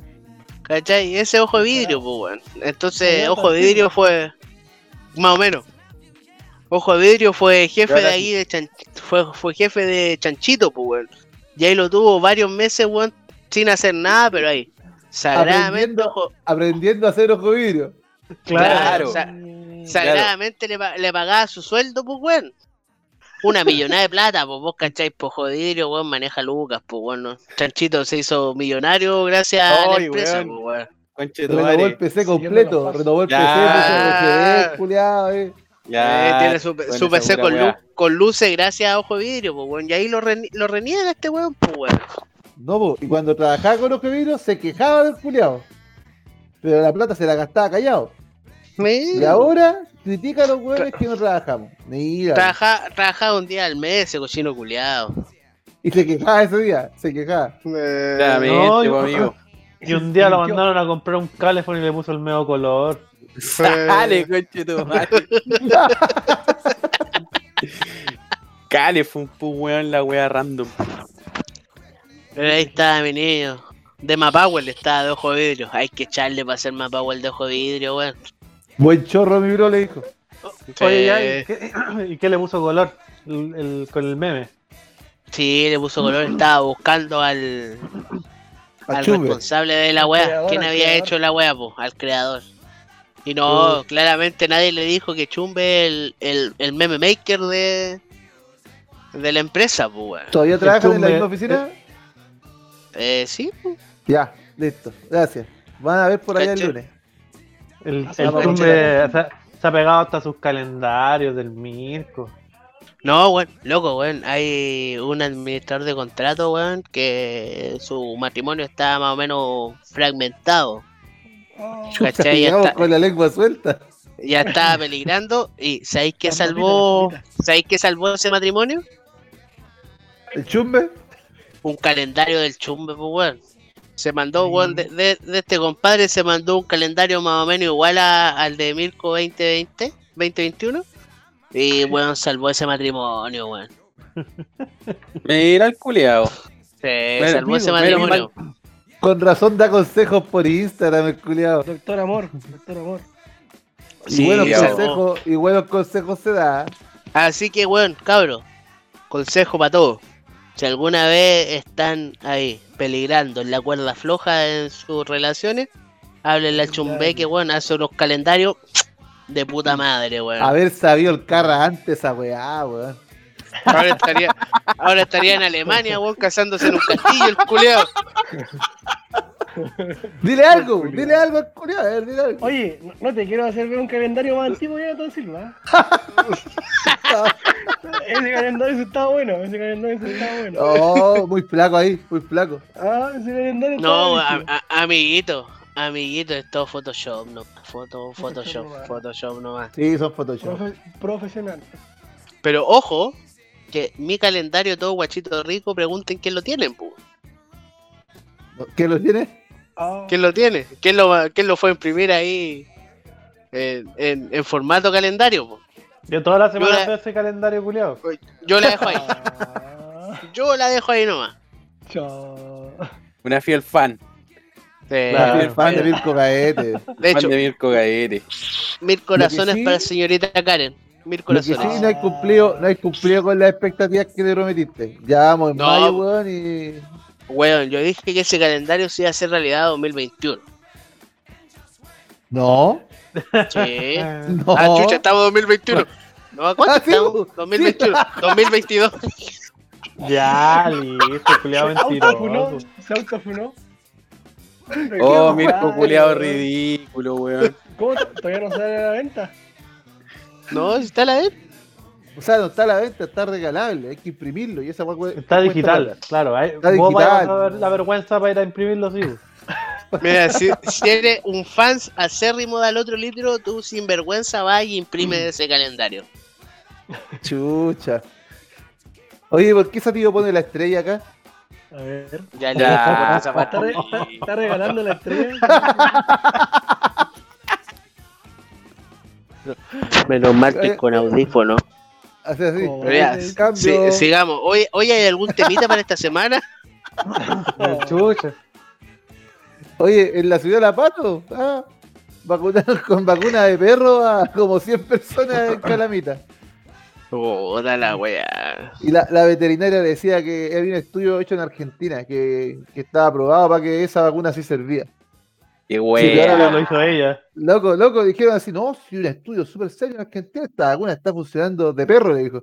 ¿Cachai? Ese ojo de vidrio, pues, weón. Entonces, Ya, ojo de vidrio fue. Más o menos. Ojo de vidrio fue jefe de ahí, de Chan- fue, fue jefe de Chanchito, pues, weón. Y ahí lo tuvo varios meses, weón, sin hacer nada, pero ahí. Sagradamente, Aprendiendo. ojo. Aprendiendo a hacer ojo vidrio. Claro. Claro. sa- Sagradamente le, pa- le pagaba su sueldo, pues, weón. Una millonada de plata, pues vos cacháis, pues jodido, weón, maneja Lucas, pues weón. ¿no? Chanchito se hizo millonario gracias a la Ay, empresa, weón. pues weón. Conche tu Renovó el madre. PC yo me lo completo, paso. renovó el Ya. PC, puso el culiado, eh. Eh, Ya, tiene su, buena su PC esa con, pura lu- con luces gracias a ojo de vidrio, pues weón. Y ahí lo, reni- lo reniega este weón, pues weón. No, po, y cuando trabajaba con los quebrados se quejaba del culiado. Pero la plata se la gastaba callado. Mira, Y ahora critica a los hueones que no trabajamos. Mira. Trabaja, trabaja un día al mes, ese cochino culiado. Y se quejaba ese día, se quejaba. wea. Claramente, No, pues, yo- amigo. Y un día lo Yo- mandaron a comprar un calefón y le puso el medio color. Dale, conche tu madre. Cale, fue un pu weón la wea random. Pero ahí está, mi niño. De Mapawell está de ojo de vidrio. Hay que echarle para hacer Mapawell de ojo de vidrio, weón. Buen chorro, mi bro, le dijo. Oye, ya, Eh, ¿y qué, y qué le puso color El- el- con el meme? Sí, le puso color, estaba buscando al, Al al chumbe. responsable de la Al weá. creador, ¿Quién al había creador. hecho la weá, po? Al creador. Y no, claramente nadie le dijo que chumbe el, el, el meme maker de, de la empresa, po, weón. ¿Todavía trabajan en la Chumbe. misma oficina? Eh, sí, Ya, listo. Gracias. Van a ver por allá el Cacho. lunes. El, Ah, el vamos a Chumbe echar se, ha- se ha pegado hasta sus calendarios del Mirko. No, weón, loco, weón. Hay un administrador de contrato, weón, que su matrimonio está más o menos fragmentado. Te ¿Cachai? Ya llegamos está, con la lengua suelta. ya está peligrando. ¿Y sabéis qué salvó? ¿Sabéis qué salvó ese matrimonio? ¿El chumbe? Un calendario del chumbe, pues, weón. Se mandó, weón, de, de- de este compadre se mandó un calendario más o menos igual a- al de Mirko 2020, 2021. Y, weón, salvó ese matrimonio, weón. Mira el culeado. Se Bueno, salvó ese digo, menos matrimonio. Con razón da consejos por Instagram, el culiado. Doctor Amor, Doctor Amor. y, buenos ya, salvó. consejos, y buenos consejos se da. Así que, weón, cabro, consejo para todos. Si alguna vez están ahí peligrando en la cuerda floja en sus relaciones, háblenle al chumbe que, weón, hace unos calendarios de puta madre, weón. Haber sabido el carra antes esa weá, weón. Ahora estaría, ahora estaría en Alemania, weón, casándose en un castillo, el culeado. Dile algo, weón, dile algo al culiado, a ver, dile algo. Oye, no- no te quiero hacer ver un calendario más antiguo ya, Don Silva. ese calendario sí estaba bueno, ese calendario sí estaba bueno. Oh, muy flaco ahí, muy flaco. Ah, ese calendario No, estaba a- buenísimo. a- amiguito, amiguito, es todo Photoshop, no, foto, Photoshop, Photoshop nomás. Sí, son Photoshop. Profe- profesional. Pero ojo, que mi calendario todo guachito rico, pregunten quién lo tienen, pu. ¿Qué los tiene? Ah, ¿Quién lo tiene? ¿Quién lo, quién lo fue a imprimir ahí en, en- en formato calendario? po? Yo todas las semanas la- veo ese calendario culiado. Yo la dejo ahí. ah, Yo la dejo ahí nomás. chao. Una fiel fan. Claro. El fan de Mirko Gaete. De hecho, fan de Mirko Gaete. mil corazones Lo que sí- para señorita Karen. Mil Lo que sí, corazones. no hay cumplido, no hay cumplido con las expectativas que le prometiste. Ya vamos en No. mayo, weón, y. Weón, yo dije que ese calendario se iba a hacer realidad 2021. No. Sí. Eh, No. Ah, chucha, estamos 2021. No, ¿cuánto Oh. Ah, sí, estamos? pu. 2021, 2022. Ya, listo, culiado Autofunó, mentiroso. se autofunó. Oh, Qué Mirko guay, culeado weón. ridículo, weón. ¿Cómo? ¿Todavía no sale a la venta? No, si está la de O sea, no está a la venta, está regalable, hay que imprimirlo. Y esa weá- Está cuesta digital, plata. claro. ahí- Está vos vas a digital. ver la vergüenza para ir a imprimirlo, sí. Mira, si, si eres un fan acérrimo del otro litro, tú sin vergüenza vas y Mm. imprime ese calendario. Chucha. Oye, ¿por qué ese tío pone la estrella acá? A ver. Ya, Ya. esa parte. Está, re- está- está regalando la estrella. Menos mal que es con audífono. Hace así. Oh, Mira, sí, Cambio. sigamos. Hoy, hoy hay algún temita para esta semana. Chucha. Oye, en la ciudad de La Pato, ah, vacunaron con vacuna de perro a como 100 personas en Calamita. Oh, da la wea. Y la, la veterinaria decía que había un estudio hecho en Argentina que, que estaba aprobado para que esa vacuna sí servía. Qué Sí, wea. claro, Lo hizo ella. Loco, loco, dijeron así, no, si un estudio súper serio en Argentina, esta vacuna está funcionando de perro, le dijo.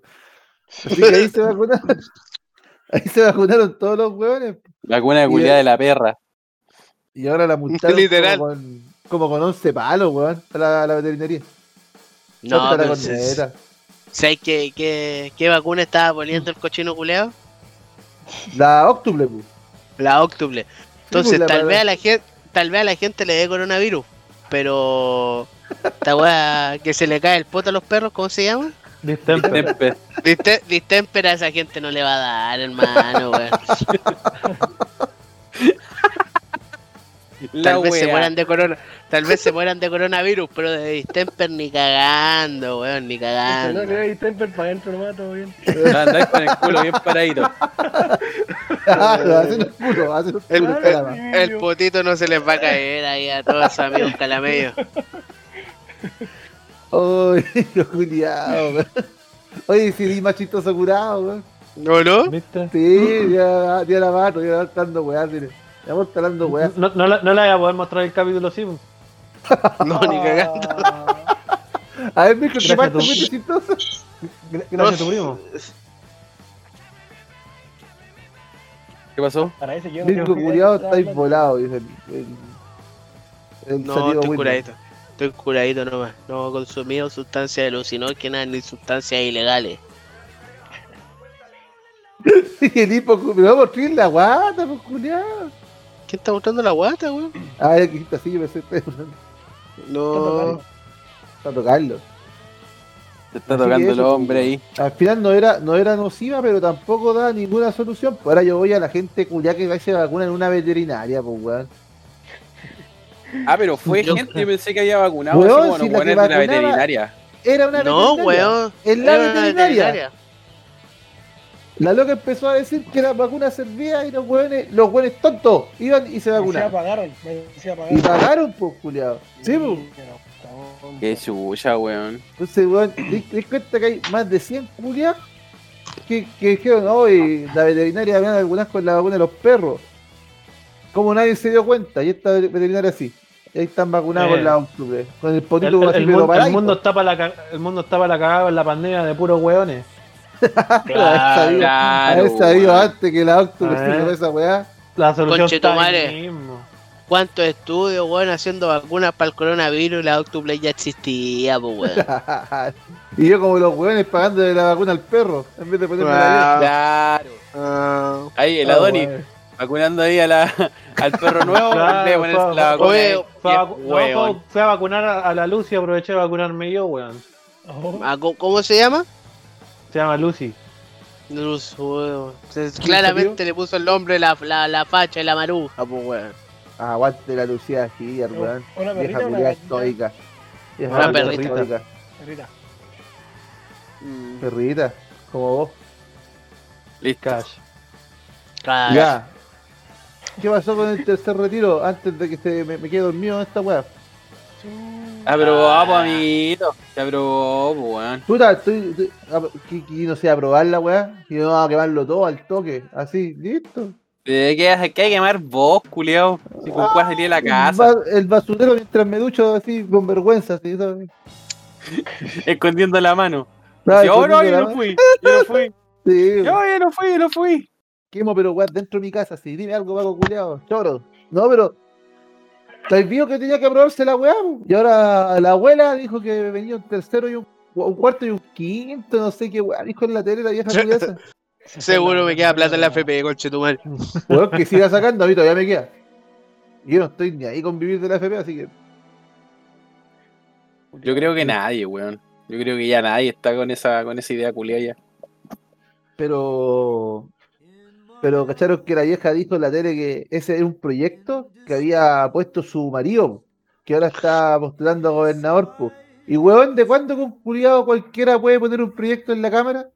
Así que ahí se vacunaron. Ahí se vacunaron todos los hueones. la cuna de Y culiada el- de la perra. Y ahora la multaron Literal. Como, con, como con 11 palos, weón, a la, a la veterinaria. No, Puta la pero corneta. ¿sabes qué, qué, qué vacuna estaba poniendo el cochino culeado? La octuple, pues. pu. La óctuple. Entonces, pues, la tal vez verdad. a la gente, tal vez a la gente le dé coronavirus, pero esta weá que se le cae el poto a los perros, ¿cómo se llama? Distemper. Tempe. Diste- Distempera a esa gente no le va a dar, hermano, weón. La Tal vez se wea. mueran de corona, tal vez se mueran de coronavirus, pero de distemper ni cagando, weón, ni No, cagando. creo que temper para adentro nomás, todo bien. Andáis con el culo bien paradito. Claro, hacen el culo, hacen el El- culo, caramba. El potito no se les va a caer ahí a todos sus amigos calamellos. Oye, lo culiao, weón. Oye, si di más chistoso curado, weón. ¿No, no? ¿Viste? Sí, ya, ya la mato, ya la está dando weá, dile. Ya vos está dando weá. No, no, la, no la voy a poder mostrar el capítulo, sí. po. No, Ah, ni cagando. A ver, Mirko, Gracias ¿te a falta tu- muy chistoso? Gra- Gracias a tu primo. ¿Qué pasó? Para ese yo Mirko culiao, estáis volado, dice el. el, el No, salido estoy Whitney. curadito. Estoy curadito nomás. No he consumido sustancias alucinógenas ni sustancias ilegales. Sí, el hipo, me va a morir la guata, pues culiao. ¿Quién está mostrando la guata, weón? Ah, era que hiciste así, yo pensé que estaba No. tocando. Se está Así tocando que el eso, hombre ahí. Al final no era, no era nociva, pero tampoco da ninguna solución. Pues Ahora yo voy a la gente culiá que va y se vacuna en una veterinaria, pues weón. Ah, pero fue Yo- gente, yo pensé que había vacunado. Weón, así como si la que los weones de la vacunaba- veterinaria. Era una No, veterinaria. weón. En la Era una veterinaria. La loca empezó a decir que las vacunas servían y los hueones, los hueones tontos, iban y se Se vacunaron. apagaron, se Y apagaron. pagaron, pues, culiado. Sí, pues. Qué chucha, weón. Entonces, weón, te te das cuenta que hay más de 100 culiados que, que dijeron, hoy la veterinaria habían algunas con la vacuna de los perros. Como nadie se dio cuenta, y esta veterinaria sí. Y ahí están vacunados Eh. con la octubre, con el El, potito el- así, el pero mundo, para el mundo está para la, ca- el mundo está para la cagada en la pandemia de puros hueones. pues, Claro, Ah, Claro. sabido weón. antes que la octubre Eh. se esa weá. La solución está Conchetumare. ahí mismo. ¿Cuántos estudios, weón, haciendo vacunas para el coronavirus? La Octuplay ya existía, pues, weón. y yo como los hueones pagando de la vacuna al perro, en vez de ponerme la Claro. Ah. Ahí, el Ah, Adonis weón. vacunando ahí a la, al perro nuevo. Claro, le ponen fue- la vacuna. Oye, ahí. Fue a, Qué vacu- no, weón. fue- fue a vacunar a, a la Lucy y aproveché de vacunarme yo, weón. Oh, Ah, ¿cómo- ¿Cómo se llama? Se llama Lucy. Luz, weón. Se- Claramente le puso el nombre la, la, la facha y la maruja, pues, weón. Aguante la Lucía aquí, weón. Oh, Vieja Una perrita, una culiada gatita. estoica. Vieja Una culiá perrita. estoica. Perrita. Mm, Perrita, como vos. Listo. Cash. claro. Ya. ¿Qué pasó con el tercer retiro antes de que se me, me quede dormido en esta weá? Se aprobó, pues, amiguito. Se aprobó, pues, weón. Puta, estoy. estoy- ah, que- que no sé, a probar la weá. Y no, a quemarlo todo al toque. Así, listo. Eh, ¿Qué que hay que quemar vos, culiao. Si con cuál sería la El casa. ba- El basurero mientras me ducho así, con vergüenza, así, ¿sabes? Escondiendo la mano. Estaba yo no, yo escondiendo no la- fui. Yo no fui. Sí, Yo, yo no fui, yo no fui. quemo, pero weá, dentro de mi casa, sí, dime algo, vago culiado, choro. No, pero. El vio que tenía que aprobarse la weá, po. y ahora la abuela dijo que venía un tercero y un, un cuarto y un quinto, no sé qué weá, dijo en la tele la vieja culiá esa. Seguro me queda plata en la FP, conchetumar. Weón, que siga sacando, a mí todavía me queda. Yo no estoy ni ahí con vivir de la FP, así que. Yo creo que nadie, weón. Yo creo que ya nadie está con esa, con esa idea culiao ya. Pero. Pero cacharon que la vieja dijo en la tele que ese era un proyecto que había puesto su marido, que ahora está postulando a gobernador, po. Y weón, ¿de cuándo con culiado cualquiera puede poner un proyecto en la cámara?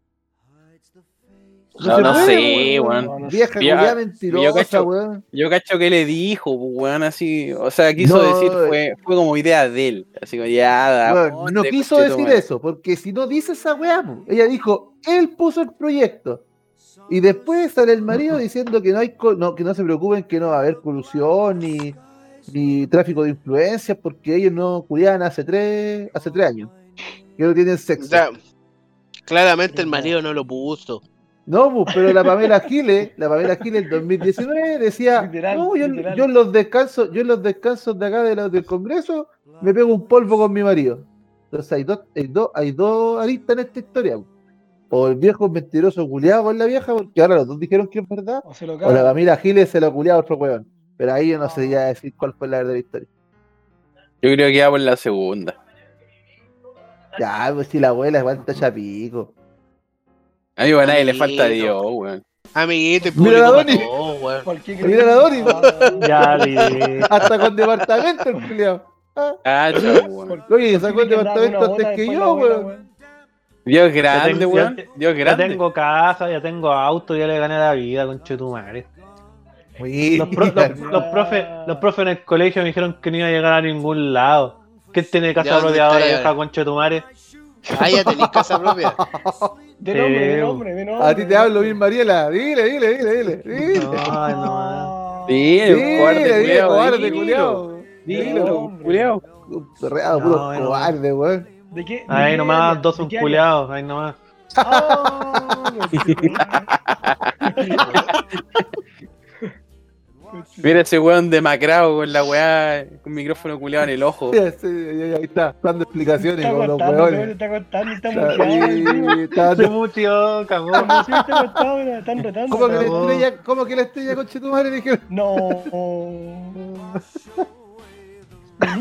No, se no puede, sé, weón. Vieja Vieja- culiada mentirosa, cacho- weón. Yo cacho que le dijo, pues, weón, así. O sea, quiso No, decir, eh. fue, fue como idea de él. Así como, ya, da, Weón, ponte, no quiso conchetumare. decir eso, porque si no dice esa weá, po. ella dijo, él puso el proyecto. Y después sale el marido diciendo que no hay co- no, que no se preocupen que no va a haber colusión ni, ni tráfico de influencias porque ellos no cuidaban hace tres, hace tres años. Que no tienen O sexo. sea, claramente el marido no lo puso. No, pues, pero la Pamela Giles, la Pamela Giles en 2019 decía, Literal, no, yo, literal. yo en los descansos, yo en los descansos de acá de la- del Congreso me pego un polvo con mi marido. Entonces hay dos, hay dos, hay dos aristas en esta historia. pues. O el viejo mentiroso culiado con la vieja, porque ahora los dos dijeron que es verdad, O se lo o la cago. Pamela Giles se lo culiaba a otro huevón. Pero ahí yo no sé ya decir cuál fue la verdadera historia. Yo creo que ya por la segunda. Ya, pues si la abuela aguanta chapico. A mí, bueno, a nadie le falta Amiguito. Dios, weón. Amiguito, el Mira la público Dani. mató, weón. Cualquier Mira la Dori. Ya, li- Hasta con departamento el culiado. Cacha, weón. Oye, sacó el departamento antes que yo, weón. Dios grande, tengo- weón. ya- Dios Ya grande. tengo casa, ya tengo auto, ya le gané la vida, conchetumare. Los, pro- Mira. los, los profes, los profes en el colegio me dijeron que no iba a llegar a ningún lado. ¿Qué tiene ¿Ya casa dónde propia ahora, está ya? vieja conchetumare? Ah, ya tenés casa propia. De nombre, Sí, de nombre, de nombre. A ti te hablo bien, Mariela. Dile, dile, dile, dile. Dile, Ay, no. No. Sí, dile, un cobarde, dile, culiao, cobarde, dilo. culiao. Dilo, Dilo, hombre. culiao. Un Torreado, puro No, no. cobarde, weón. ¿De qué? Ahí nomás, dos son son culiados, ahí nomás. Oh, Mira ese weón demacrado con la weá, con micrófono culiado en el ojo. Sí, sí, ya, ya, ahí está, dando explicaciones Está con los contando, weón, weones. está contando, está Está- muteado. y- está- Se mutió, cagón. No, sí, está contado, mira, Están retando. ¿Cómo que la cagó. estrella, cómo que la estrella con Chetumare le dijeron? No.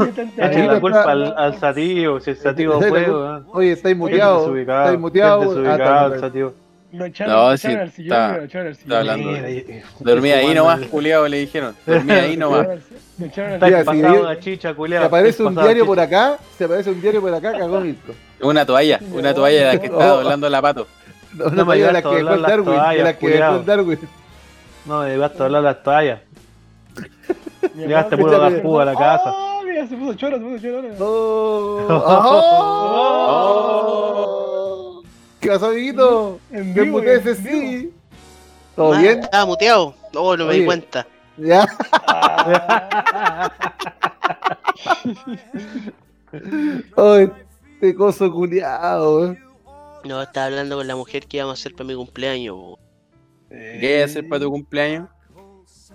Echen Ahí la lo culpa está- al, al Sativo, si el Sativo Echen la fue, culpa. weón. Oye, estáis Es muteados. desubicado, Estáis es muteados. desubicado el Ah, está- Sativo. Lo No, echaron, lo sí, echaron al sillón, está- weón, lo echaron al sillón. está hablando. Mira, y- Dormí ahí jugando nomás, al- culiao, le dijeron. Dormí ahí Lo nomás. echaron al sillón, Lo echaron al Está Mira, sillón. si pasado yo- la chicha, Se culiado. aparece un diario por acá, se aparece un diario por acá, cagó Mirko. Una toalla, una toalla de la que Oh. estaba doblando la pato. No No, me no, me digas digas la que todas dejó el las Darwin, de toallas, la que dejó el culiao. Darwin. No, me vas a hablar las toallas. Mi Llegaste mamá puro me- garpudo a la casa. Ah, mira, se puso choro, se puso choro. ¡Oh! ¡Oh! ¡Oh! ¿Qué pasó, amiguito? En ¿Qué vivo, muté en ese vivo. sí? ¿Todo Ah, bien? Estaba muteado. No, no me Oye. di cuenta. ¿Ya? Ah, ¡Ay! Este coso culiao, eh. No, estaba hablando con la mujer que íbamos a hacer para mi cumpleaños. po. ¿Qué vas a hacer para tu cumpleaños?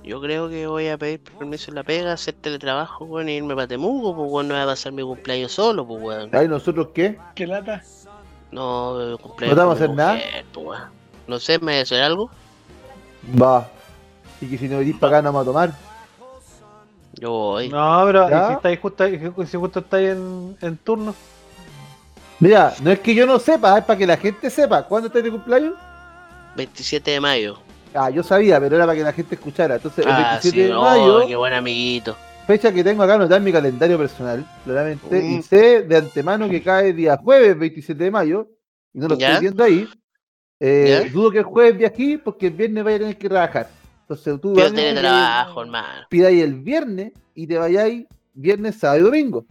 Yo creo que voy a pedir permiso en la pega, hacer teletrabajo, weón, e irme para Temuco, pues weón, no voy a pasar mi cumpleaños solo, pues weón. Ay, ¿nosotros qué? Qué lata. No, eh, cumpleaños. ¿No te vamos con a mi hacer mujer, po, weón. No sé, ¿me voy a hacer algo? Va. Y que si no venís para acá no vamos a tomar. Yo voy. No, pero ¿y ¿Ya? si estáis justo, ahí- si justo estáis en, en turno. Mira, no es que yo no sepa, es para que la gente sepa. ¿Cuándo está tu cumpleaños? 27 de mayo. Ah, yo sabía, pero era para que la gente escuchara. Entonces, el Ah, 27 sí, de no, mayo. qué buen amiguito. Fecha que tengo acá anotada en mi calendario personal, claramente, Mm. y sé de antemano que cae día jueves 27 de mayo, y no lo ¿Ya? estoy viendo ahí. Eh, ¿Ya? Dudo que el jueves de aquí, porque el viernes vaya a tener que trabajar. Entonces tú Yo realmente que teletrabajo, hermano. pidáis el viernes y te vayáis viernes, sábado y domingo.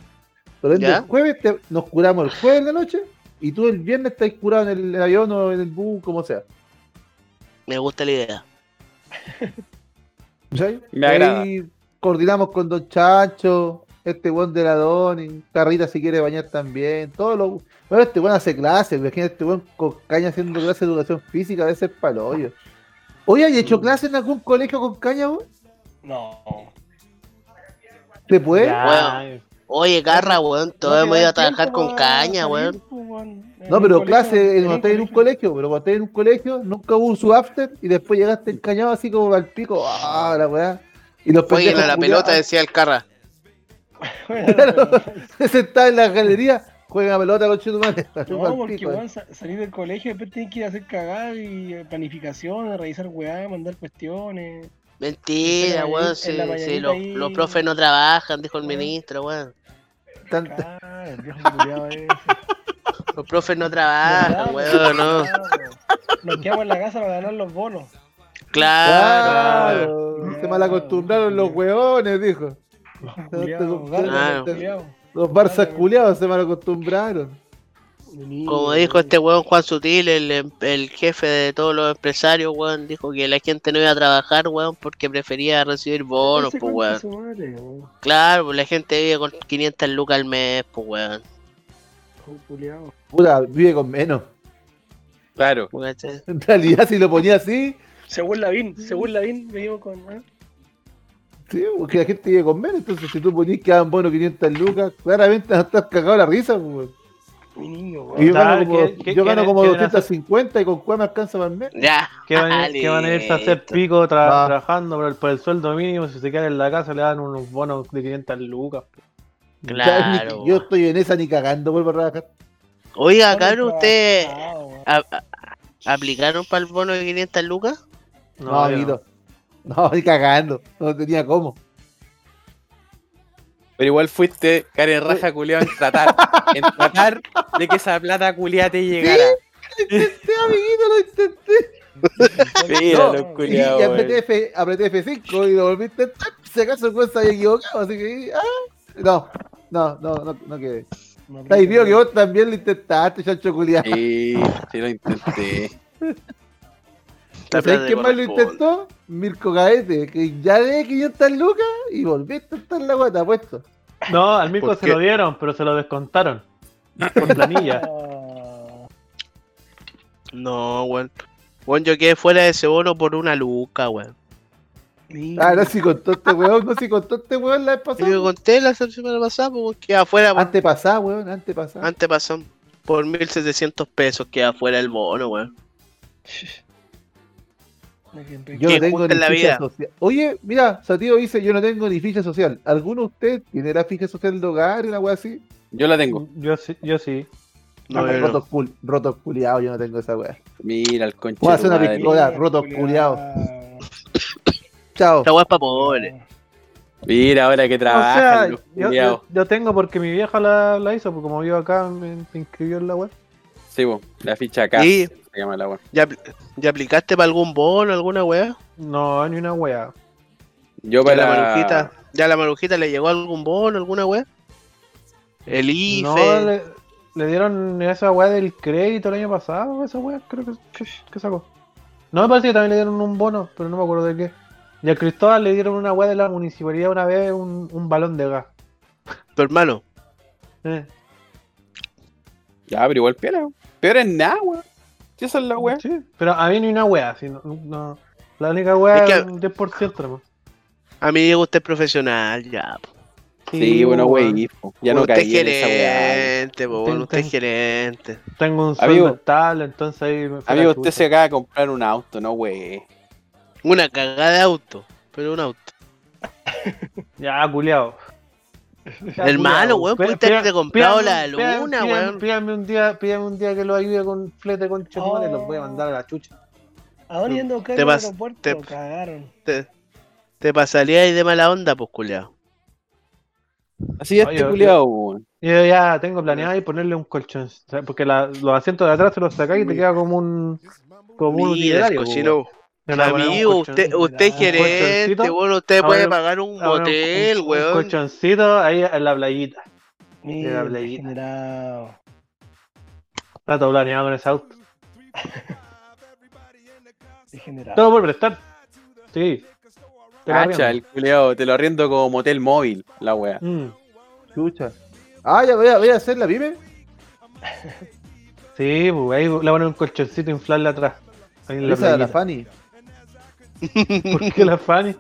Por ende, ¿Ya? el jueves te- nos curamos el jueves en la noche y tú el viernes estás curado en el, avión o en el bus, como sea. Me gusta la idea. ¿Cachai? Me agrada. Ahí coordinamos con Don Chacho, este buen de la Doni, Carrita si quiere bañar también, todo lo... Bueno, este buen hace clases, imagínate este buen con caña haciendo clases de educación física, a veces para hoyo. Oye, ¿hay Mm. hecho clases en algún colegio con caña vos? No. ¿Te puede? Ya, Oye, Garra, weón, todos No hemos ido queda a trabajar tiempo con para caña, salir, weón. pues, weón. En No, un pero colegio- clases, en cuando un estás en un colegio- colegio, pero cuando estás en un colegio, nunca hubo su after y después llegaste encañado así como al pico, ah, la weá. Y los Jueguen a la pendejos pelota, culiados- decía el Garra. sentados en la galería, juegan a pelota con chutumanes. No, porque weón, sa- salir del colegio, después tienes que ir a hacer cagar y eh, planificaciones, revisar weá, mandar cuestiones. En Mentira, la weón, mañanita- si, en la si mañanita los, ahí. los profes no trabajan, dijo el Weón. ministro, weón. Ah, el viejo culiao ese. Los profes no trabajan, ¿Verdad? Ah, weón, no. Nos quedamos en la casa para ganar los bonos. Claro. Claro, se malacostumbraron los hueones, dijo. Culiao, Claro. Ah. culiao. Los barzas culiados se malacostumbraron. Como dijo este weón Juan Sutil, el, em- el jefe de todos los empresarios, weón, dijo que la gente no iba a trabajar, weón, porque prefería recibir bonos, pues, weón. weón. Claro, pues, la gente vive con 500 lucas al mes, pues, weón. Oh, Puta, vive con menos. Claro. ¿Cachai? En realidad, si lo ponía así, Según Lavín, según Lavín, venimos con. ¿eh? sí, porque la gente vive con menos. Entonces, si tú ponías que daban bonos 500 lucas, claramente no estás cagado la risa, pues. Mi niño, weón. Y yo Total, gano como, ¿qué- qué yo gano quieren- como quieren hacer? 250 y con cuál me alcanza para el mes. Ya. Que van, a- que van a irse a hacer pico tra- Ah. trabajando por el, por el sueldo mínimo. Si se quedan en la casa, le dan unos bonos de 500 lucas. po. Ya, ni- Claro. Yo estoy en esa ni cagando, vuelvo a trabajar. Oiga, Estamos cabrón, ¿usted trabajados, weón. a- a- aplicaron para el bono de 500 lucas? No, yo amiguito. No, ni cagando. No tenía cómo. Pero igual fuiste Karen Raja culiado en tratar. en tratar de que esa plata culiada te llegara. Sí, Este amiguito, lo intenté. Mira, No, los Y, culiados. y apreté, F, apreté F5 y lo volví a intentar. Si acaso el juez se había equivocado, así que. ah, no, no, no, no, no quedé. Me aprieta, Ahí vio que weón. vos también lo intentaste, chancho culiado. Sí, sí lo intenté. La ¿Sabéis plata quién más lo corresponde. intentó? Mirko Gaete, que ya de 500 lucas y volví a intentar la guata, puesto. No, al Mirko ¿Por se qué? lo dieron, pero se lo descontaron. Por planilla. Ah, No, weón. Weón, yo quedé fuera de ese bono por una luca, weón. mi- Ah, no, si contó este weón, no, si contó este weón la vez Yo le pasada. conté la semana pasada, pues, weón, quedé afuera, weón. Antepasada, weón, antepasada. Antes pasó por 1700 pesos queda fuera el bono, weón. Me quedé Yo que no tengo junta ni en la ficha vida. social. Oye, mira, Satío dice, yo no tengo ni ficha social. ¿Alguno de ustedes tiene la ficha social de hogar y una weá así? Yo la tengo. Yo sí, yo sí. No, Ah, yo no. rotos, cul- rotos culiados, yo no tengo esa weá. Mira el conche. Voy a de hacer tu una madre. picola. Hola, roto culiao. Chao. Esta weá es para pobres. Mira, ahora que o trabajan los sea, yo, culiados. yo- yo tengo porque mi vieja la, la hizo, porque como vivo acá, me, me inscribió en la web. Sí, vos, la ficha acá. ¿Y Se llama la wea. ya, ya aplicaste para algún bono, alguna weá? No, ni una wea. Ya Yo para. la marujita, ya la marujita le llegó algún bono, alguna weá. El E, IFE. No, le, le dieron esa wea del crédito el año pasado, esa wea creo que, que- que sacó. No me parece que también le dieron un bono, pero no me acuerdo de qué. Y a Cristóbal le dieron una wea de la municipalidad una vez un, un balón de gas. Tu hermano. Eh, Ya, pero igual peor. Peor es nada, weón. Si esa es la wea. sí, pero a mí ni una wea, así, no- no. la única wea Es que- es, un 10% nomás. A mí Diego usted es profesional, ya. po. Sí, bueno, weón. wey. Ya no usted es caí en esa wea. gerente, po, Ten- usted es ten- gerente. Tengo un sueldo Amigo. estable, entonces ahí me fue la Amigo, usted chucha. se acaba de comprar un auto, no, wey. Una cagada de auto, pero un auto. Ya, culiao. Hermano, weón, Pida- pudiste haberte pida- comprado pídame- la pídame- luna, pídame- weón. Pídame un día, pídame un día que lo ayude con flete con chupón Oh. los voy a mandar a la chucha. ¿A dónde yendo a buscar Te en el vas- aeropuerto? te- Cagaron. Te, te pasaría ahí de mala onda, pues culiao. Así es, Oye, este yo- culiado, weón. Y Yo ya tengo planeado ahí ponerle un colchón, o sea, porque la- los asientos de atrás se los sacáis y te queda como un como un Mira, el utilitario, weón. cochino. Te van a poner un Amigo, colchón- usted, usted es un gerente, colchoncito. weón. Usted Ahora puede un- pagar un ahora un- motel, un- Un weón. colchoncito ahí en la playita. Mira, playita. generado. Está todo planeado con ese auto. Degenerado. Todo por prestar. Sí. Te la Cacha, arriendo. el culiado. Te lo arriendo como motel móvil, la wea. Mm, Chucha. Ah, ya voy a, voy a hacer la pyme. Sí, pues, ahí le voy a poner un colchoncito e inflarle atrás. Ahí en la Esa de la playita. Fanny. ¿Por qué la Fanny?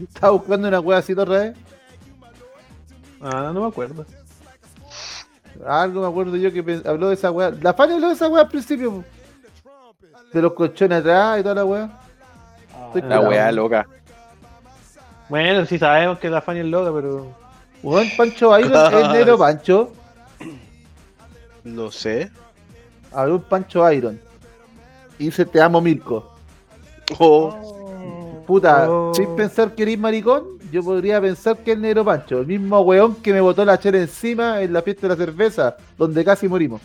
Estaba buscando una weá así otra vez. Ah, no me acuerdo. Algo me acuerdo yo que pe- habló de esa weá. La Fanny habló de esa weá al principio. po. De los colchones atrás y toda la weá. Ah, La wea loca. Bueno, sí sabemos que la Fanny es loca, pero. Weón, Pancho Iron es negro Pancho. No sé. Habló un Pancho Iron. Y dice, te amo Mirko. Oh, oh. Puta, Oh. sin pensar que eres maricón, yo podría pensar que es negro Pancho. El mismo weón que me botó la chela encima en la fiesta de la cerveza, donde casi morimos.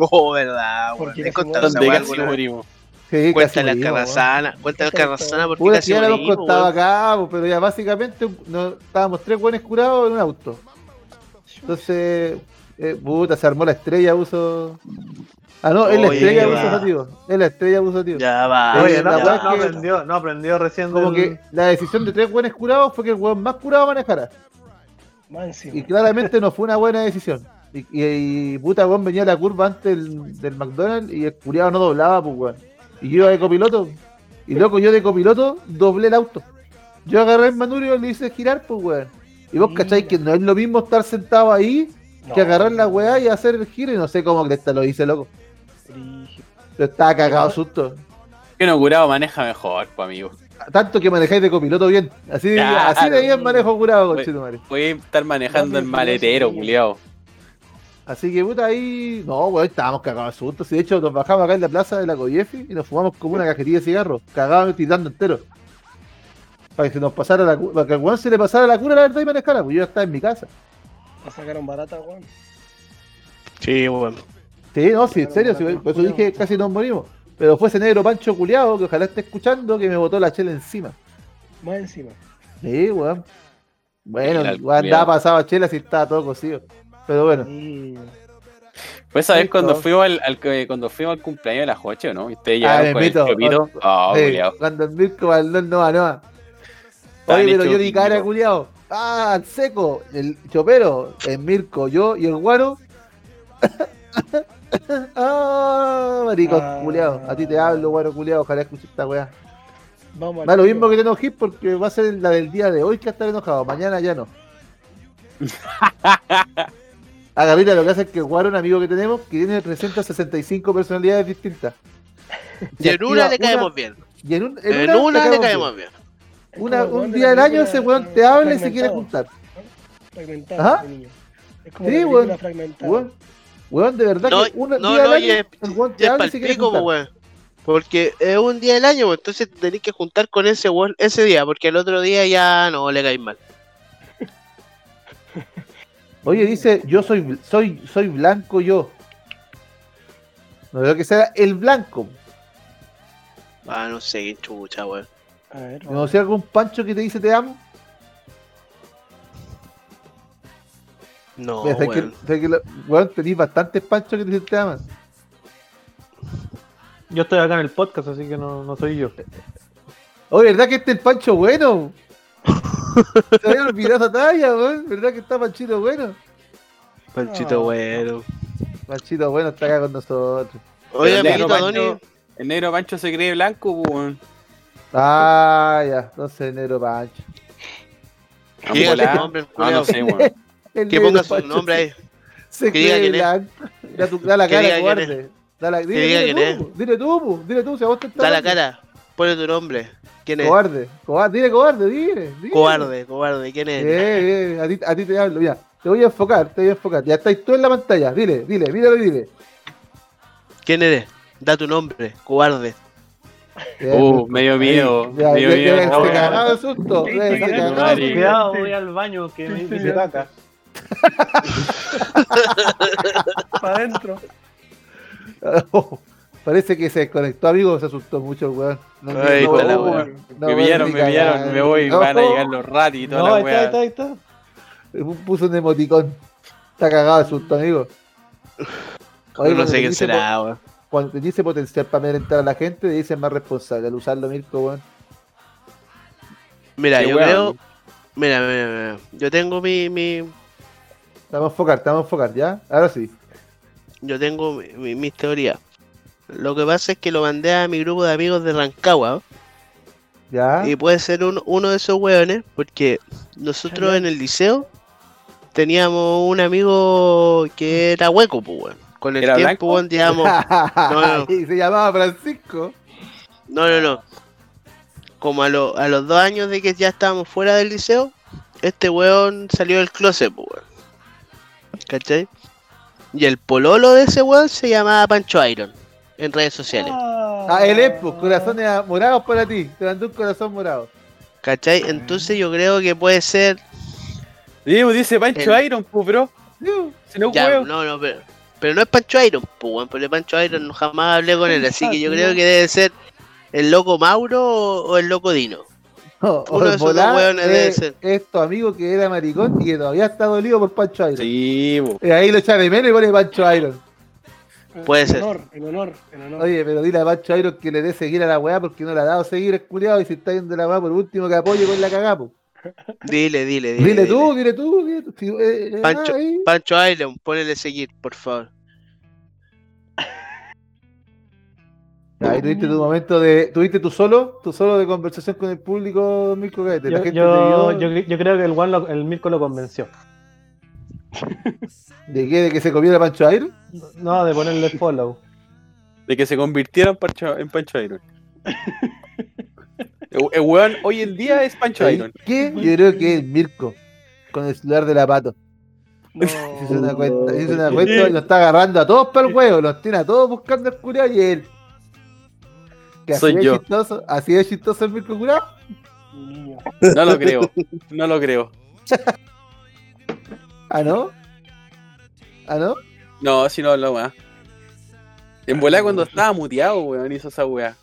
oh, verdad, weón. Porque He casi contado muere. esa Donde weá casi alguna vez. morimos. Sí, Cuenta la morimos, weón. carrazana. Cuenta la carrazana porque Puta, si casi ya lo hemos morimos, contado weón. acá, po, pero ya básicamente no, estábamos tres buenos curados en un auto. Entonces, Eh, puta, se armó la estrella abuso. Ah, no, es la Oye, estrella ya. abuso tío. Es la estrella abuso tío. Ya va. Oye, no, la no, weá que- aprendió, no aprendió recién Como del- que la decisión de tres buenos curados fue que el weón más curado manejara. Más encima. Y claramente no fue una buena decisión. Y, y- y puta, weón venía a la curva antes del, del McDonald's y el curiado no doblaba, pues weón. Y yo iba de copiloto. Y loco, yo de copiloto doblé el auto. Yo agarré el manurio y le hice girar, pues weón. Y vos Mira. cacháis que no es lo mismo estar sentado ahí No, que agarrar la weá y hacer el giro. Y no sé cómo Cresta lo hice, loco. brígido. Yo estaba cagado de susto. Que no curado maneja mejor, pues amigo. Tanto que manejáis de copiloto bien. Así de, Claro. así de bien manejo curado, Oye. conchetumare. Voy a estar manejando el maletero, culiao. Así que puta ahí. No, weón, estábamos cagados de susto. Si de hecho nos bajamos acá en la plaza de la Coyefi y nos fumamos como una cajetilla de cigarros. Cagados tirando entero. Para que se nos pasara la cu- Para que al weón se le pasara la cura la verdad y manejara, pues yo ya estaba en mi casa. La sacaron barata, weón. Sí, weón. Sí, no, sí, en serio, sí, por eso dije que casi nos morimos. Pero fue ese negro pancho culiado que ojalá esté escuchando que me botó la chela encima. Más encima. Sí, weón. Bueno, Mira, el weón culiao. andaba pasado a chela si estaba todo cocido. Pero bueno, Y... Pues sabes Listo. cuando fuimos al, al que- cuando fuimos al cumpleaños de la Joche, ¿no? Y ustedes Ah, llegaron me con el meto. chopito. Ah, sí, culiao. cuando el Mirko Valdón no va, no va. Estaban Oye, pero hechos yo di cara, pico. culiao. Ah, al seco. El chopero, el Mirko, yo y el guaro. ah, maricón, Ah. culiao. A ti te hablo, guaro, culiao. Ojalá escuches esta weá. Vamos al Da lo tiro. mismo que te enojes porque va a ser la del día de hoy que va a estar enojado. Mañana ya no. A Gabriela lo que hace es que Guaro, un amigo que tenemos, que tiene 365 personalidades distintas. Y en una activa le caemos bien. Y en, un- en En te una le caemos caemos bien. Es Una- como el un weón de día la del año película ese weón te habla y se quiere Fragmentado. juntar. Fragmentado, Ajá. el niño. Es como Sí, la película weón. fragmentada. Weón, weón, de verdad No, que un día no, del no, año y es- el weón te Ya es habla y se quiere palpico, juntar. weón. Porque es un día del año, weón. Entonces te tenés que juntar con ese weón ese día, porque el otro día ya no le caes mal. Oye, dice, yo soy, bl- soy, soy blanco yo. No veo que sea el blanco. Ah, no sé qué chucha, weón. A ver, vamos. No sé algún pancho que te dice te amo. No, Mira, sabes que- weón. sabes que lo- weón, tenés bastantes panchos que te dicen te aman. Yo estoy acá en el podcast, así que no, no soy yo. Oye, ¿verdad que este es el pancho bueno? Te había olvidado esa talla, weón. ¿Verdad que está panchito bueno? Panchito, weón. Panchito bueno está acá con nosotros. Oye, el negro amiguito, Pancho- Donny. El negro Pancho se cree blanco, pues, weón. Ah, ya. Entonces, negro pancho. Ah, Que diga volá. su nombre, el Ah, culiao. no sé, weón. El Que negro ponga su Pancho nombre ahí. Se que diga cree quién es. blanco. Da, tu- da la Que diga cara, quién cobarde. Da la, dile, diga dile quién tú, po. dile tú, po. dile tú, si a vos te está Da la hablando. cara. Pone tu nombre. ¿Quién es? Cobarde, cobarde, dile cobarde, dile. dile. Cobarde, cobarde. ¿Quién es? Bien, bien, a ti, a ti te hablo, ya. Te voy a enfocar, te voy a enfocar. Ya estáis tú en la pantalla. Dile, dile, míralo y dile. ¿Quién eres? Da tu nombre, cobarde. Bien, Uh, medio miedo. pues, ya, Medio ya, ya, miedo. se weón. cagaba de susto. Sí, ya, sí, se sí, cagaba. madre. Cuidado, voy al baño, que me Sí, dice sí, caca. Para adentro. Oh, Parece que se desconectó, amigo, se asustó mucho, el weón. No, Ay, no, hijo de la no, weá. weón, no, Me weón, pillaron, ni eh. me pillaron, cagando. me voy, No, van a llegar los ratis y toda No, la ahí está, ahí weá. está, ahí está. Puso un emoticón. Está cagado de susto, amigo. Oye, no cuando sé te quién dice será, weón. po- Cuando te dice potencial para amedrentar a la gente, te dicen más responsable al usarlo, Mirko, weón. Mira, Qué yo weón. creo. Mira, mira, mira. Yo tengo mi. mi... Te vamos a enfocar, te vamos a enfocar, ¿ya? Ahora sí. Yo tengo mi- mi- mis teorías. Lo que pasa es que lo mandé a mi grupo de amigos de Rancagua. ¿Ya? Y puede ser un- uno de esos hueones, porque nosotros en el liceo teníamos un amigo que era hueco, pues, weón. Con el ¿Era tiempo, blanco? weón, digamos. no, no. Y se llamaba Francisco. No, no, no. Como a, lo- a los dos años de que ya estábamos fuera del liceo, este weón salió del closet, pues, weón. ¿Cachai? Y el pololo de ese weón se llamaba Pancho Iron en redes sociales. Ah, él es, pues, corazones a- morados para ti. Te mandó un corazón morado. ¿Cachai? Entonces yo creo que puede ser. Diego dice Pancho El- Iron, pues, bro. Digo, Se no Ya, huevo. no, no, pero. Pero no es Pancho Iron, pues, weón, porque Pancho Iron no jamás hablé con él, así que yo creo que debe ser el loco Mauro o o el loco Dino. O- o Uno de en esos volar dos hueones debe es, ser. es tu amigo que era maricón y que todavía está dolido por Pancho Iron. Sí, bo. Y ahí lo echa de menos y pone Pancho Iron. Puede en ser. Honor, en honor, en honor. Oye, pero dile a Pancho Iron que le dé seguir a la weá porque no le ha dado seguir el culiado y si está yendo la weá por último que apoye con la cagapo. Dile, dile, dile. Dile, tú, dile tú, dile tú. Si, eh, eh, Pancho. ahí. Pancho Island, ponele seguir, por favor. Ahí tuviste tu momento de. Tuviste tu solo, tu solo de conversación con el público, Mirko Gaete. La Yo, gente yo, te vio. yo, yo creo que el, Juan lo- el Mirko lo convenció. ¿De qué? ¿De que se comiera Pancho Iron? No, de ponerle follow. De que se convirtiera en Pancho, en Pancho Iron. el, el weón hoy en día es Pancho Iron. ¿Qué? Yo creo que es Mirko. Con el celular de la pato. Se hizo una cuenta, se hizo una cuenta y lo está agarrando a todos para el huevo. Los tiene a todos buscando el curado y él. Que así Soy es yo. Chistoso, así es chistoso el Mirko curado. Niño. No lo creo, no lo creo. Ah, no. Ah, no. No, si no, no, weón. En volá Ah, cuando estaba muteado, weón, hizo esa weá.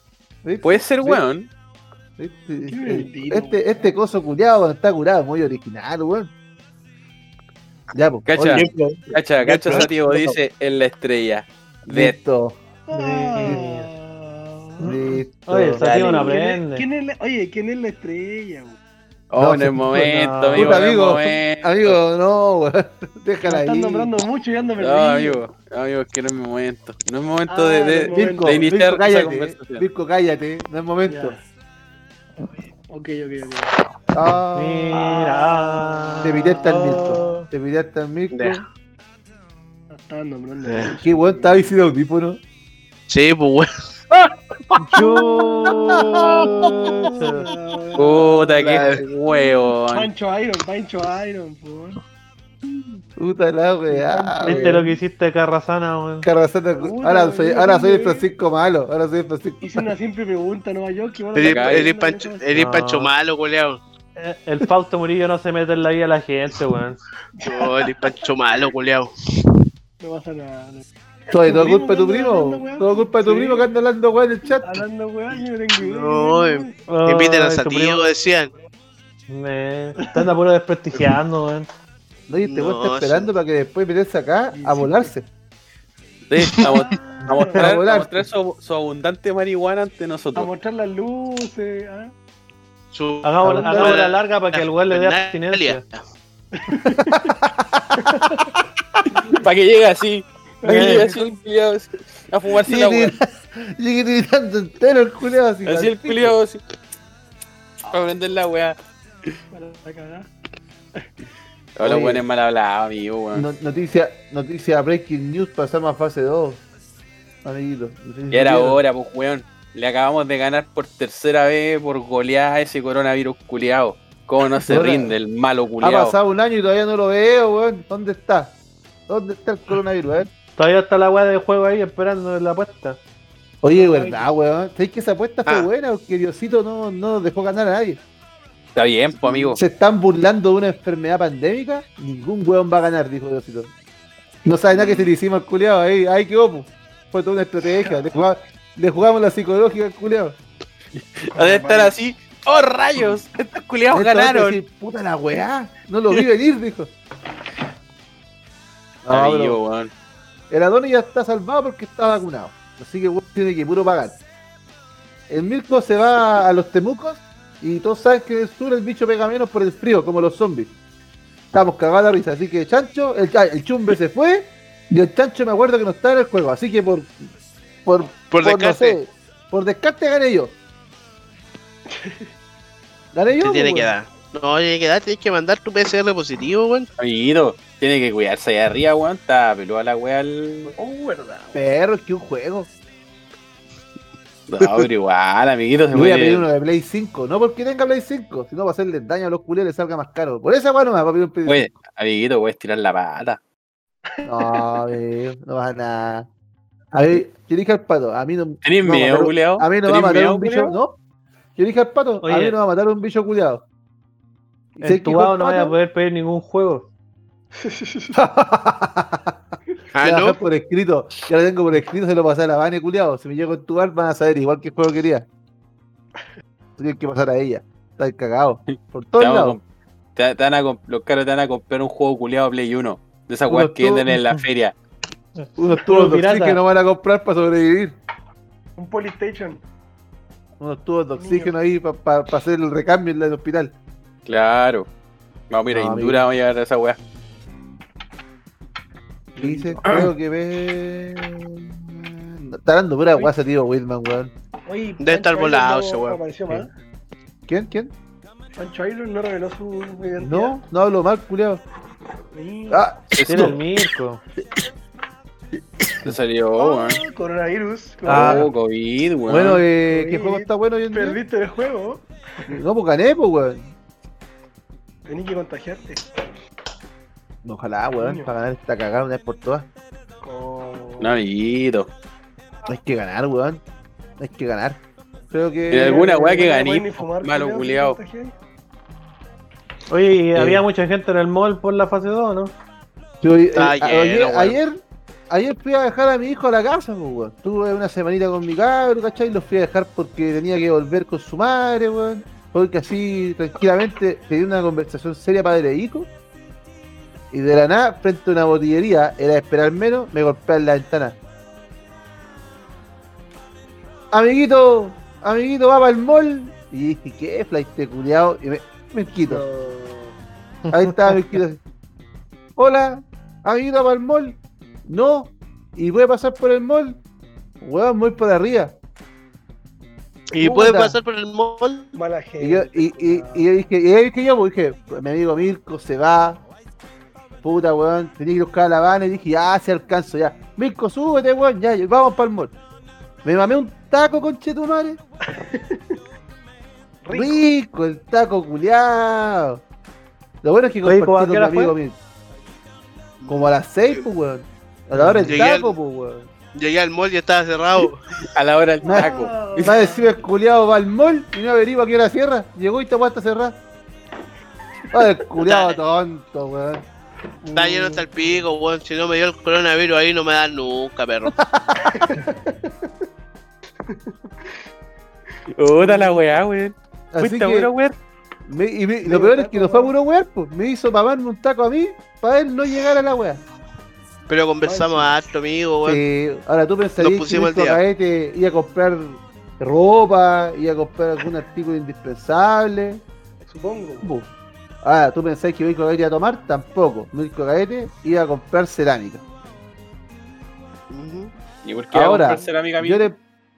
¿Viste? Puede ser, ¿Viste? weón. ¿Viste? Eh, bendito, Este, este coso curado cuando está curado, muy original, weón. Ya, pues. Cacha. oye, Cacha, cacha Sativo dice en la estrella. De Listo. Ah. Listo. Oye, el Sativo no aprende. Dale. ¿Quién es- ¿Quién es la, oye, ¿quién es la estrella? bo? Oh, No, en el sí, momento, no. amigo, Puta, en el amigo, momento. Amigo, no, weón. Déjala Me ahí. están nombrando mucho y ando perdido. No, amigo, amigo, es que no es mi momento. No es momento de, Ah, de- no. Mirko, de iniciar Mirko, esa cállate. conversación. Mirko, cállate. No es momento. Ok, ok, ok. Ah. Ah. Mira. Te pide hasta el Mirko. Te pide hasta el Mirko. Ya. Me Están nombrando. Eh. mucho. Qué weón estaba diciendo audífono. Sí, pues bueno. Ah. Chucha. Oh, Puta, qué Claro. huevón. Pancho Iron, Pancho Iron, por. Puta la weá. Viste lo que hiciste, Carrasana, weón. Carrasata, Puta, ahora soy, weón, ahora soy el weón. Francisco Malo. Ahora soy el Francisco. Hice una simple pregunta, ¿no? Yo, que bueno, Eres, Acá, eres Pancho, eh. eres No. Pancho malo, culeado. Eh, El Fausto Murillo no se mete en la vida de la gente, weón. No, eres Pancho malo, culeado. No pasa nada. Todo, todo primo culpa de tu que anda primo. hablando, weón. Todo culpa de tu Sí. primo que anda hablando weón en el chat. Hablando, weón, yo no tengo idea. No, eh, weón. Inviten a Ay, tu Sativo, decían. primo- Me te anda puro desprestigiando, weón. No, y este weón No, está sí. esperando para que después meterse acá a volarse. Sí, a, mo- a mostrar, a volar. mostrar su, su abundante marihuana ante Ah, A nosotros. mostrar las luces. ¿ah? Su- Hagamos Ahora- hagamos la larga para que el weón le dé abstinencia. Para que llegue así. Para que Eh. llegue así el culiao, así, a fumarse la Llegué weá. tir- llegué tirando entero el culiao así. Así el culiao, así. Para prender la weá. Para la cagada. Ahora los Oye. weones mal hablados, amigo, weón. No- noticia, noticia Breaking News, pasamos a fase 2. Amiguito. Ya era hora, pues weón. Le acabamos de ganar por tercera vez por goleada a ese coronavirus culiao. ¿Cómo no se Ahora- rinde el malo Ha culiao? pasado un año y todavía no lo veo, weón. ¿Dónde está? ¿Dónde está el coronavirus? A ver. Todavía está la weá de juego ahí esperando la apuesta. Oye, verdad, weón. ¿Sabéis que esa apuesta fue Ah. buena? Porque Diosito no, no nos dejó ganar a nadie. Está bien, pues amigo. Se están burlando de una enfermedad pandémica. Ningún weón va a ganar, dijo Diosito. No sabe nada que se le hicimos al culiao. Ahí, ahí quedó, po. Fue toda una estrategia. Le jugaba- le jugamos, la psicológica al culiao. Ha de estar así. ¡Oh, rayos! Estos culiados Esta otra ganaron. decir, Puta la weá. No lo vi venir, dijo. No, pero Amigo, weón. El Adonis ya está salvado porque está vacunado. Así que weón, tiene que puro pagar. El Mirko se va a los Temucos y todos saben que en el sur el bicho pega menos por el frío, como los zombies. Estamos cagados de risa, así que Chancho, el, ah, el chumbe se fue y el Chancho me acuerdo que no está en el juego, así que por por, Por descarte. sé, por descarte gané yo. Gané yo. Te tiene pues, que weón. dar. No, tiene que dar, tienes que mandar tu PCR positivo, weón. Amiguito, tiene que cuidarse ahí arriba, weón. Está peluda la weá al. Oh, verdad. Perro, es que un juego. No, pero igual, amiguito, se Le voy a pedir puede. uno de Play 5, no porque tenga Play 5, sino para hacerle daño a los culiados les salga más caro. Por esa weá no me va a pedir un pedido. Oye, amiguito, puedes tirar la pata. No, amigo, no vas a nada. A ver, yo dije al pato, a mí no, ¿Tenés no va a miedo, matar un- culiao? a mí no va a ¿Tenés matar miedo, un bicho, culiao? ¿no? Yo dije al pato, a mí Oye. no va a matar un bicho culiado. Entubado no vaya a poder pedir ningún juego. Ah, no. por escrito, ya lo tengo por escrito, se lo pasé a la Vane, culiado. Si me llego a entubar, van a saber igual qué juego quería. Tienen que pasar a ella. Está cagado. Por Te todos vamos a lados. comp- te- te van a comp- los caros te van a comprar un juego culiado Play 1. De esas Puro weas que todo. venden en la feria. Unos tubos de pirata. oxígeno van a comprar para sobrevivir. Un Polystation. Unos tubos de oxígeno ahí para hacer el recambio en el hospital. Claro. Vamos a ir a No, Indura, vamos a llegar a esa wea. Y dice, creo que ve. Está dando pura guasa, tío Whitman, weón. Oye, Debe estar Pancho volado Iron ese no weón. apareció Sí. más. ¿Quién? ¿Quién? Pancho Iron no reveló su identidad. No, no hablo mal, culiao. Sí. Ah, Tiene el Mirko. Te salió, Oh, weón. Coronavirus. Ah. Oh, COVID, weón. bueno, eh, ¿qué Sí. juego está bueno hoy en día? Perdiste el juego. No, pues gané, pues, weón. Tenés que contagiarte. Ojalá, weón, Coño. para ganar esta cagada una vez por todas. Con- No, amiguito. Hay que ganar, weón. Hay que ganar. Creo Y que. alguna weá que No ganí, puedes ni fumar, malo culiao. culiao, si te contagias. Oye, y había Sí. mucha gente en el mall por la fase 2, ¿no? Yo, eh, Está a- lleno, ayer, weón. ayer, ayer fui a dejar a mi hijo a la casa, pues, weón. Tuve una semanita con mi cabro, ¿cachai? Los fui a dejar porque tenía que volver con su madre, weón. Porque así, tranquilamente, tenía una conversación seria padre e hijo. Y de la nada, frente a una botillería, era de esperar menos, me golpean la ventana. Amiguito, amiguito, va para el mall. Y dije, ¿qué? Flight culiado. Y me, me quito. Ahí estaba mi kilo. Hola, amiguito para el mall. No, y puede pasar por el mall. Weón, muy por arriba. ¿Y puede Puta. pasar por el mall? Mala Y yo, gente. y, y, y yo dije, y ahí dije yo, pues, dije, mi amigo Mirko se va. Puta weón, tenía que ir a buscar la vana y dije, ya se alcanzo ya. Mirko, súbete, weón, ya, ya, vamos para el mall. Me mamé un taco, conchetumare. Rico. Rico. el taco culiao. Lo bueno es que Oye, compartí ¿cómo a con qué mi hora fue? amigo mío. Como a las 6, pues, weón. A la hora del Llegué al- taco, pues, weón. Llegué al mall y estaba cerrado. A la hora del No. taco. Y más encima el culiao va al mall y no averigua a qué hora cierra. Llegó y esta weá está cerrada. Ah, el culiao tonto, weón. Está lleno hasta el pico, weón. Si no me dio el coronavirus ahí no me da nunca, perro. Puta la weá, weón. Así Fuiste que, a puro weón. me- y me- lo peor es que no fue puro weón, pues. Me hizo mamarme un taco a mí para él no llegar a la weá. Pero conversamos harto, amigo, weón. Sí, ahora tú pensarías Nos que pusimos al Mirko día. Caete iba a comprar ropa, iba a comprar algún artículo indispensable. Supongo. Bu. Ahora tú pensás que Mirko Caete iba a tomar, tampoco. Mirko Caete iba a comprar cerámica. Ujú. ¿Y por qué iba a Ahora, comprar cerámica a mí? Yo le...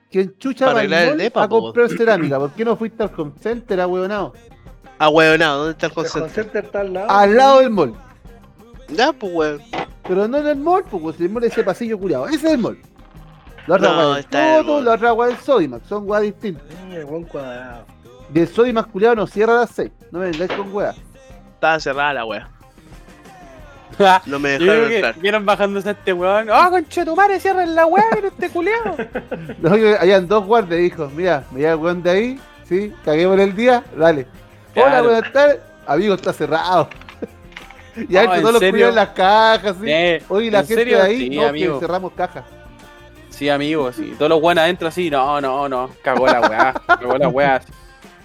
¿Quién chucha Para va al arreglar el mall depa, a po. comprar cerámica? ¿Por qué no fuiste al home center, ahueonado? Ah, weón, no, ¿dónde está el El concepto? concepto está al lado. Al lado del mall. Ya, pues, weón. Pero no en el mall, porque el mall es ese pasillo curado. Ese es el mall. La otra No, hueá del está en el Toto, mall. la otra hueá del Sodimac. Son hueá distintas. Sí, el buen cuadrado. Y el sodio masculino no cierra a las 6. No me vengáis con weá. Estaba cerrada la weón. Ja, No me Yo creo dejaron que entrar. vieron bajándose a este weón. ¡Ah, conchetumare! ¡Cierren la weá, pero este culiao! No, que Habían dos guardias, dijo. Mira, mira el weón de ahí. Sí, caguemos el día. Dale. Hola, Claro. buenas tardes. Amigo, está cerrado. Y No, ahí ¿en todos los serio? cuidados en las cajas. ¿sí? Eh, Oye, la ¿en gente serio? de ahí. Sí, no, amigo. que cerramos cajas. Sí, amigo, sí. Todos los buenos adentro así, no, no, no. Cagó la weá, cagó la weá.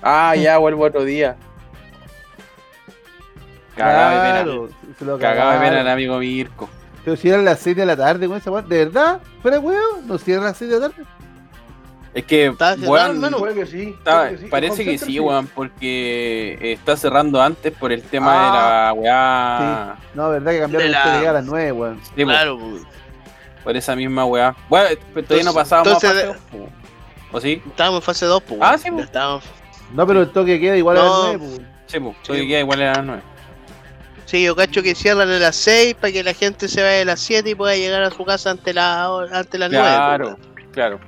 Ah, ya vuelvo otro día. Cagaba y pena. Claro, se lo Cagaba y cagaron. pena el amigo Mirko. Pero si eran las 6 de la tarde, weón, esa weá. ¿De verdad? ¿Fuera weón? ¿No cierra a las 6 de la tarde? Es que, Estaba cerrado, weón, hermano. Puede que sí. está- puede que sí. parece El que concepto sí, weón, porque está cerrando antes por el tema Ah. de la weá. No, verdad que cambiaron De el la- la... a las 9, weón. Sí, po, Claro, pues. por esa misma weá. Bueno, eh, pero todavía no Entonces- pasábamos a entonces- fase dos, po. ¿O sí? Estábamos en fase 2, pues. Ah, weón. sí, pues. Ya Estábamos... No, pero el toque queda igual No. a las 9, weón. Sí, pues. Sí, po. igual era las nueve. Sí, yo cacho que cierran a las 6 para que la gente se vaya a las 7 y pueda llegar a su casa ante la ante las pues. 9. Claro, claro.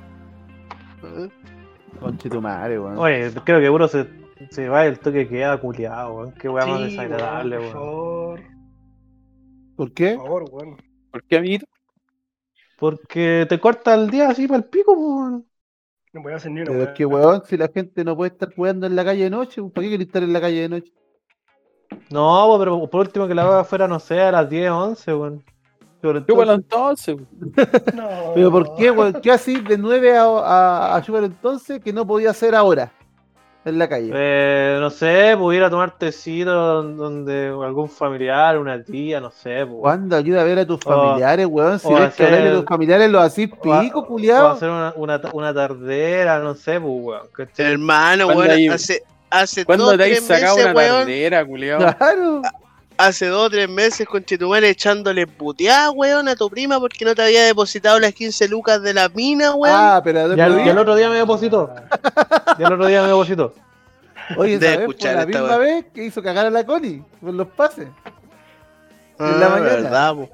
Conche tu madre, weón. Oye, creo que uno se, se va y el toque queda culiado, weón. Qué weá más Sí, desagradable, weón, Por weón. favor, ¿Por por qué? favor, weón. ¿Por qué, amiguito? Porque te corta el día así para el pico, weón. No voy a hacer ni una Pero es weá. Eh, que, weón, si la gente no puede estar jugando en la calle de noche, ¿para qué quiere estar en la calle de noche? No, weón, pero por último que la haga fuera, no sé, a las 10, 11, weón. Pero, Yo, bueno, entonces- entonces. po. No. ¿pero ¿por qué, weón? ¿Qué así de 9 a, a, a jugar entonces que no podía hacer ahora? en la calle. Eh, no sé, pudiera tomar tecito don- donde algún familiar, una tía, no sé. pues. ¿Cuándo ayuda a ver a tus familiares, weón? Si o ves que hacer- hablarle a tus familiares lo así O a- pico, o culiado. hacer una, una, ta- una tardera, no sé, pues, weón. ¿cachai? Hermano, ¿Cuándo weón, hay- hace, hace ¿Cuándo dos, te habéis tres meses, sacado una weón, tardera, culiao? Claro. hace dos o tres meses con Chetumare echándole puteada, weón, a tu prima porque no te había depositado las 15 lucas de la mina, weón. Ah, pero Ya, después- ya el otro día me depositó. Ya el otro día me depositó. Oye, de esa vez fue escuchar la esta misma weá. vez que hizo cagar a la Connie con los pases. Ah, en la mañana. Verdad, po.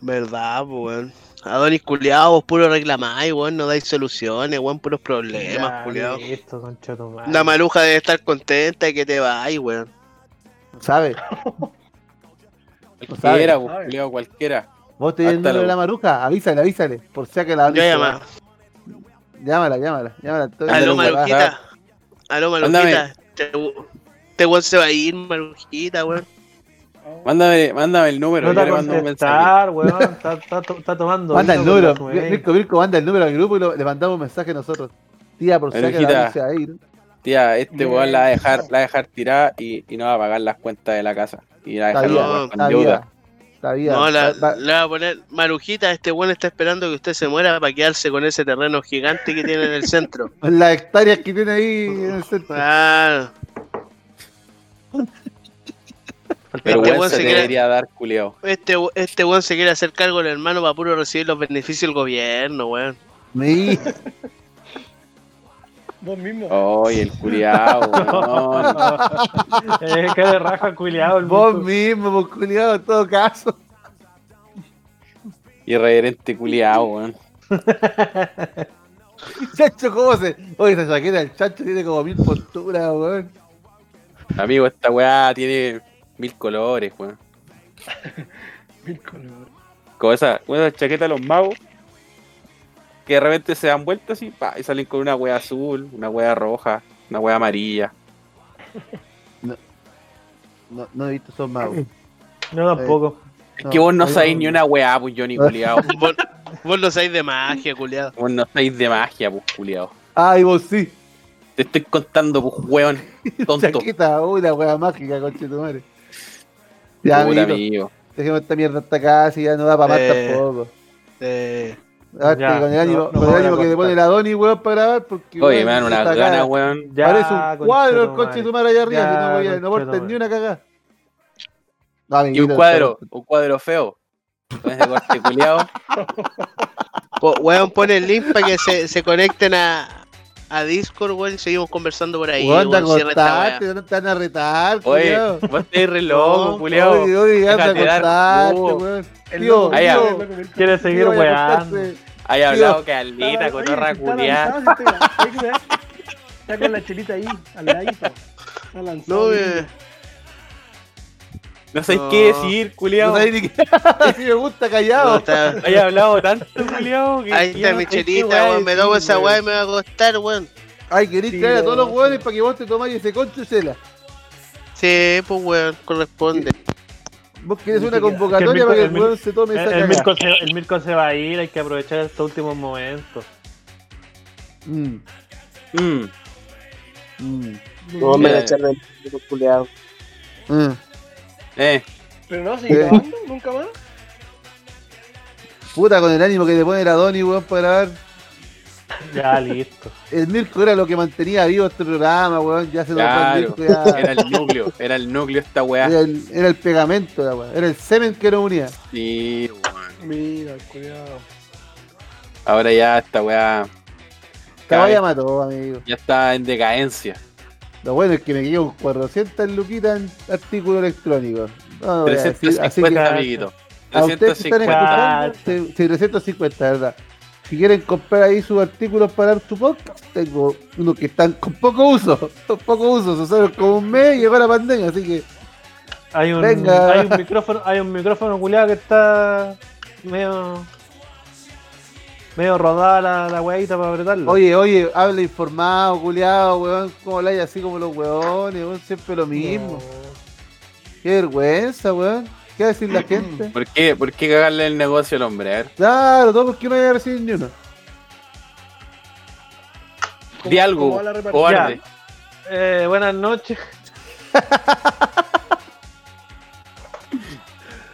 Verdad, po, weón. Adonis culiado, vos puro reclamáis, weón, no dais soluciones, weón, puros problemas, Ya, culiado. Listo, concha tu madre. La maluja debe estar contenta de que te vas, weón. ¿Sabes? Cualquiera, sabe. pues, culiao, cualquiera. Vos te el Hasta número de luego. la maruja, avísale, avísale. Por si que la ¿eh? Yo llamaba. Llámala, llámala, llámala. Todo Ah, el Aló, Ándale, mundo, Maruja. malujita. Aló, malujita. Te, te weón se va a ir, malujita, weón. Mándame, mándame el No número, yo te le va a mando un mensaje. contestar, weón. Está, está, to- está va. tomando. Manda el vino número. con la Mirko, Mirko, manda el número al grupo y lo- le mandamos un mensaje nosotros. Tía, por si que Marujita. la se va a ir. Tía, este Bien. weón la va a dejar, la va a dejar tirada y, y no va a pagar las cuentas de la casa. Y la va a Está dejar bien, la weá Está con bien. deuda. Está bien. No, la, Va- va- le va a poner, malujita, este weón está esperando que usted se muera para quedarse con ese terreno gigante que tiene en el centro. Las hectáreas que tiene ahí en el centro. Ah, Este Pero weón weón se se te quiere- debería dar, culiao. Este, este weón se quiere hacer cargo el hermano para puro recibir los beneficios del gobierno, weón. Mi- Vos mismo. Ay, el culiao, weón. Eh, que de raja culiado el Vos Mirko. mismo, vos culiado, en todo caso. Irreverente culiao, weón. Chacho, ¿cómo se.? Oye, esa chaqueta del chacho tiene como mil posturas, weón. Amigo, esta weá tiene mil colores, weón. Mil colores. Como esa, como esa chaqueta de los magos. Que de repente se dan vueltas y, pa, y salen con una wea azul, una wea roja, una wea amarilla. No, no he visto esos magos. No, tampoco. Es No, que vos no ahí sabéis no. ni una weá, pues Johnny culiao. Vos, vos no sabéis de magia, culiado. vos no sabéis de magia, pues culiao. Ay, vos sí. Te estoy contando, pues weón. Tonto. Chaqueta, uy, la wea mágica, conche tu madre. Ya, Puta, amiguito, amigo. dejemos esta mierda hasta acá, si ya no da para más Eh, tampoco. Eh, Ahora ya, con el no- ánimo, no con el vamos a ánimo que cortar. le pone la Doni, weón, para grabar, porque. Oye, weón, me dan unas esta ganas, cagada. weón. Ya, Eh, Parece un cuadro el conchetumare. coche de tu madre allá arriba, Ya, si no, voy a- no conchetumare. aportan ni una cagada. No, Y amiguito, un cuadro, un cuadro feo. Con ese corte culiao. po- weón, pone el link para que se, se conecten a, a Discord, weón, y seguimos conversando por ahí. Weón, te weón, cierra esta acostaste, no te van a retar, Oye, culiao. vos estáis re loco, No, culiao. Oye, oye, ya te Déjate dar, acostaste, no. weón. El Tío, loco, ahí el ya. loco, el loco, el loco. Quiere seguir Tío, vaya a weando. acostarse. Hay hablado Carlita, con Oye, otra si está culiao. lanzado, si está- ahí este, que se ve. Está con la chelita ahí, al ladito. Está No, lanzado. weón. No sabéis No. qué decir, No culiao. sabía ni qué. Así me gusta No, callado. está- Hay hablado tanto, culiao. que ahí está ya no mi sabéis qué chelita, weá weón. Me decir, tomo esa weá y me va a costar, weón. Ay, querés Sí, traer a no, todos los sí. hueones para que vos te tomáis ese concho chela. Sí, pues weón, corresponde. Vos querés Sí, una que- que el convocatoria Mirko- para que el el Mir- hueón se tome El, esa el, cagada. Mirko se, el Mirko se va a ir, hay que aprovechar este estos últimos momentos. Mm, Mm, mm, No me van a echar del culiado. mm. eh, Pero no, seguir Eh. grabando, nunca más. Puta con el ánimo que le pone la Donny, weón, para grabar. Ya, listo. El Mirko era lo que mantenía vivo este programa, weón. Ya se lo claro. Mirko ya- Era el núcleo, era el núcleo esta weá. Era el, era el pegamento, la weón. Era el semen que nos unía. Sí, weón. Mira, cuidado. Ahora ya esta weá Cada Caballa vez- mató, amigo. ya está en decadencia. Lo bueno es que me quedé con 400 luquitas en artículo electrónico. No, voy a decir, así que 350, amiguito. a ustedes que están 350. escuchando, sí, sí, 350, de verdad. Si quieren comprar ahí sus artículos para tu podcast, tengo unos que están con poco uso, con poco uso, se usaron como un mes y llegó la pandemia, así que Hay un, Venga. hay un micrófono, hay un micrófono culiao que está medio. medio rodada la, la weadita para apretarlo. Oye, oye, habla informado, culiado, weón, como habláis así como los weones, weón, siempre lo mismo. Qué vergüenza, weón. ¿Qué va a decir la gente? ¿Por qué, ¿Por qué cagarle el negocio al hombre? A ver. Claro, todo porque no voy a recibir ni uno. Di algo, va la repartición? cobarde. Eh, buenas noches.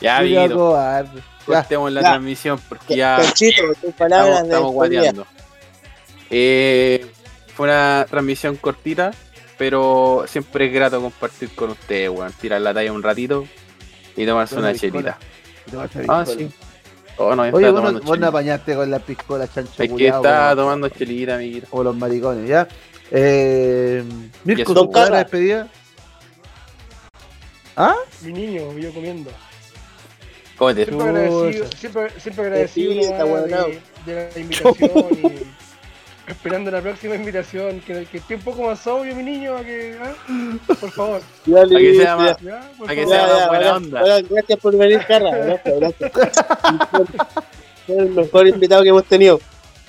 Ya, Mira, Vito, Ah, cobarde. Ya, cortemos la ya. transmisión porque ya estamos, Panchito, tus palabras estamos de despedida. guateando. Eh, fue una transmisión cortita, pero siempre es grato compartir con ustedes, weón. Tirar la talla un ratito y tomarse Una una piscola. chelita. te vas a Ah, piscola. sí. Oh, no, yo Oye, estaba vos no, tomando vos no chelita. apañaste con la piscola, chancho. Es que culiao, estaba weón. tomando chelita, amiguito. O los maricones, ¿ya? Eh, Mirko, eso, ¿tu Don palabra Carla. de despedida? ¿Ah? Mi niño, yo comiendo. Cómete. Siempre agradecido, siempre, siempre agradecido Sí, está nomás, guardado. de, de la invitación y esperando la próxima invitación, que, que esté un poco más sobrio mi niño, a que, ah, por favor, Para que sea más- ya, por A que favor. sea más ya, buena ahora- onda. ahora, gracias por venir, Carla. Gracias, gracias. Fue el mejor invitado que hemos tenido.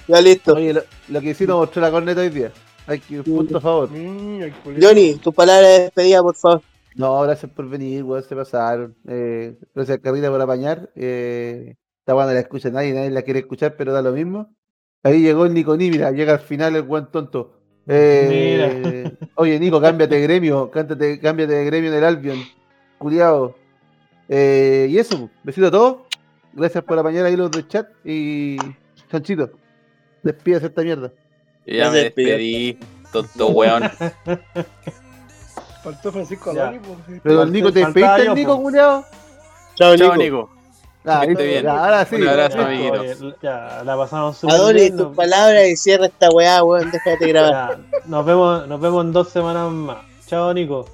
Ya listo. Oye, lo, lo que hicimos mostró la corneta hoy día. Hay que un punto a favor. Mm, el culero. Johnny, tu palabra de despedida, por favor. No, gracias por venir, weón, se pasaron. Eh, gracias, Carrita, por apañar. Eh, esta weá no la escucha nadie, nadie la quiere escuchar, pero da lo mismo. Ahí llegó el Nico Ni, mira, llega al final el buen tonto. Eh, Oye, Nico, cámbiate de gremio, cántate, cámbiate de gremio en el Albion, culiao. Eh, y eso, besito a todos. Gracias por apañar ahí los del chat y. Chanchito, despídase esta mierda. Yo ya Ya me se despidió. despedí, tonto weón. Faltó Francisco Ya. Adoni, pues, Pero el Nico, ¿te Faltaba despediste yo, el Nico, po. culiao? Chao, Chao, Nico. Nico. Ah, Que listo, esté bien. ya, ahora sí. Un abrazo, Ya, amiguito. oye, Ya, la pasamos súper Adoni, bien, tus nos- palabras y cierra esta weá, weón. Déjate grabar. ya, nos, vemos, nos vemos en dos semanas más. Chao, Nico.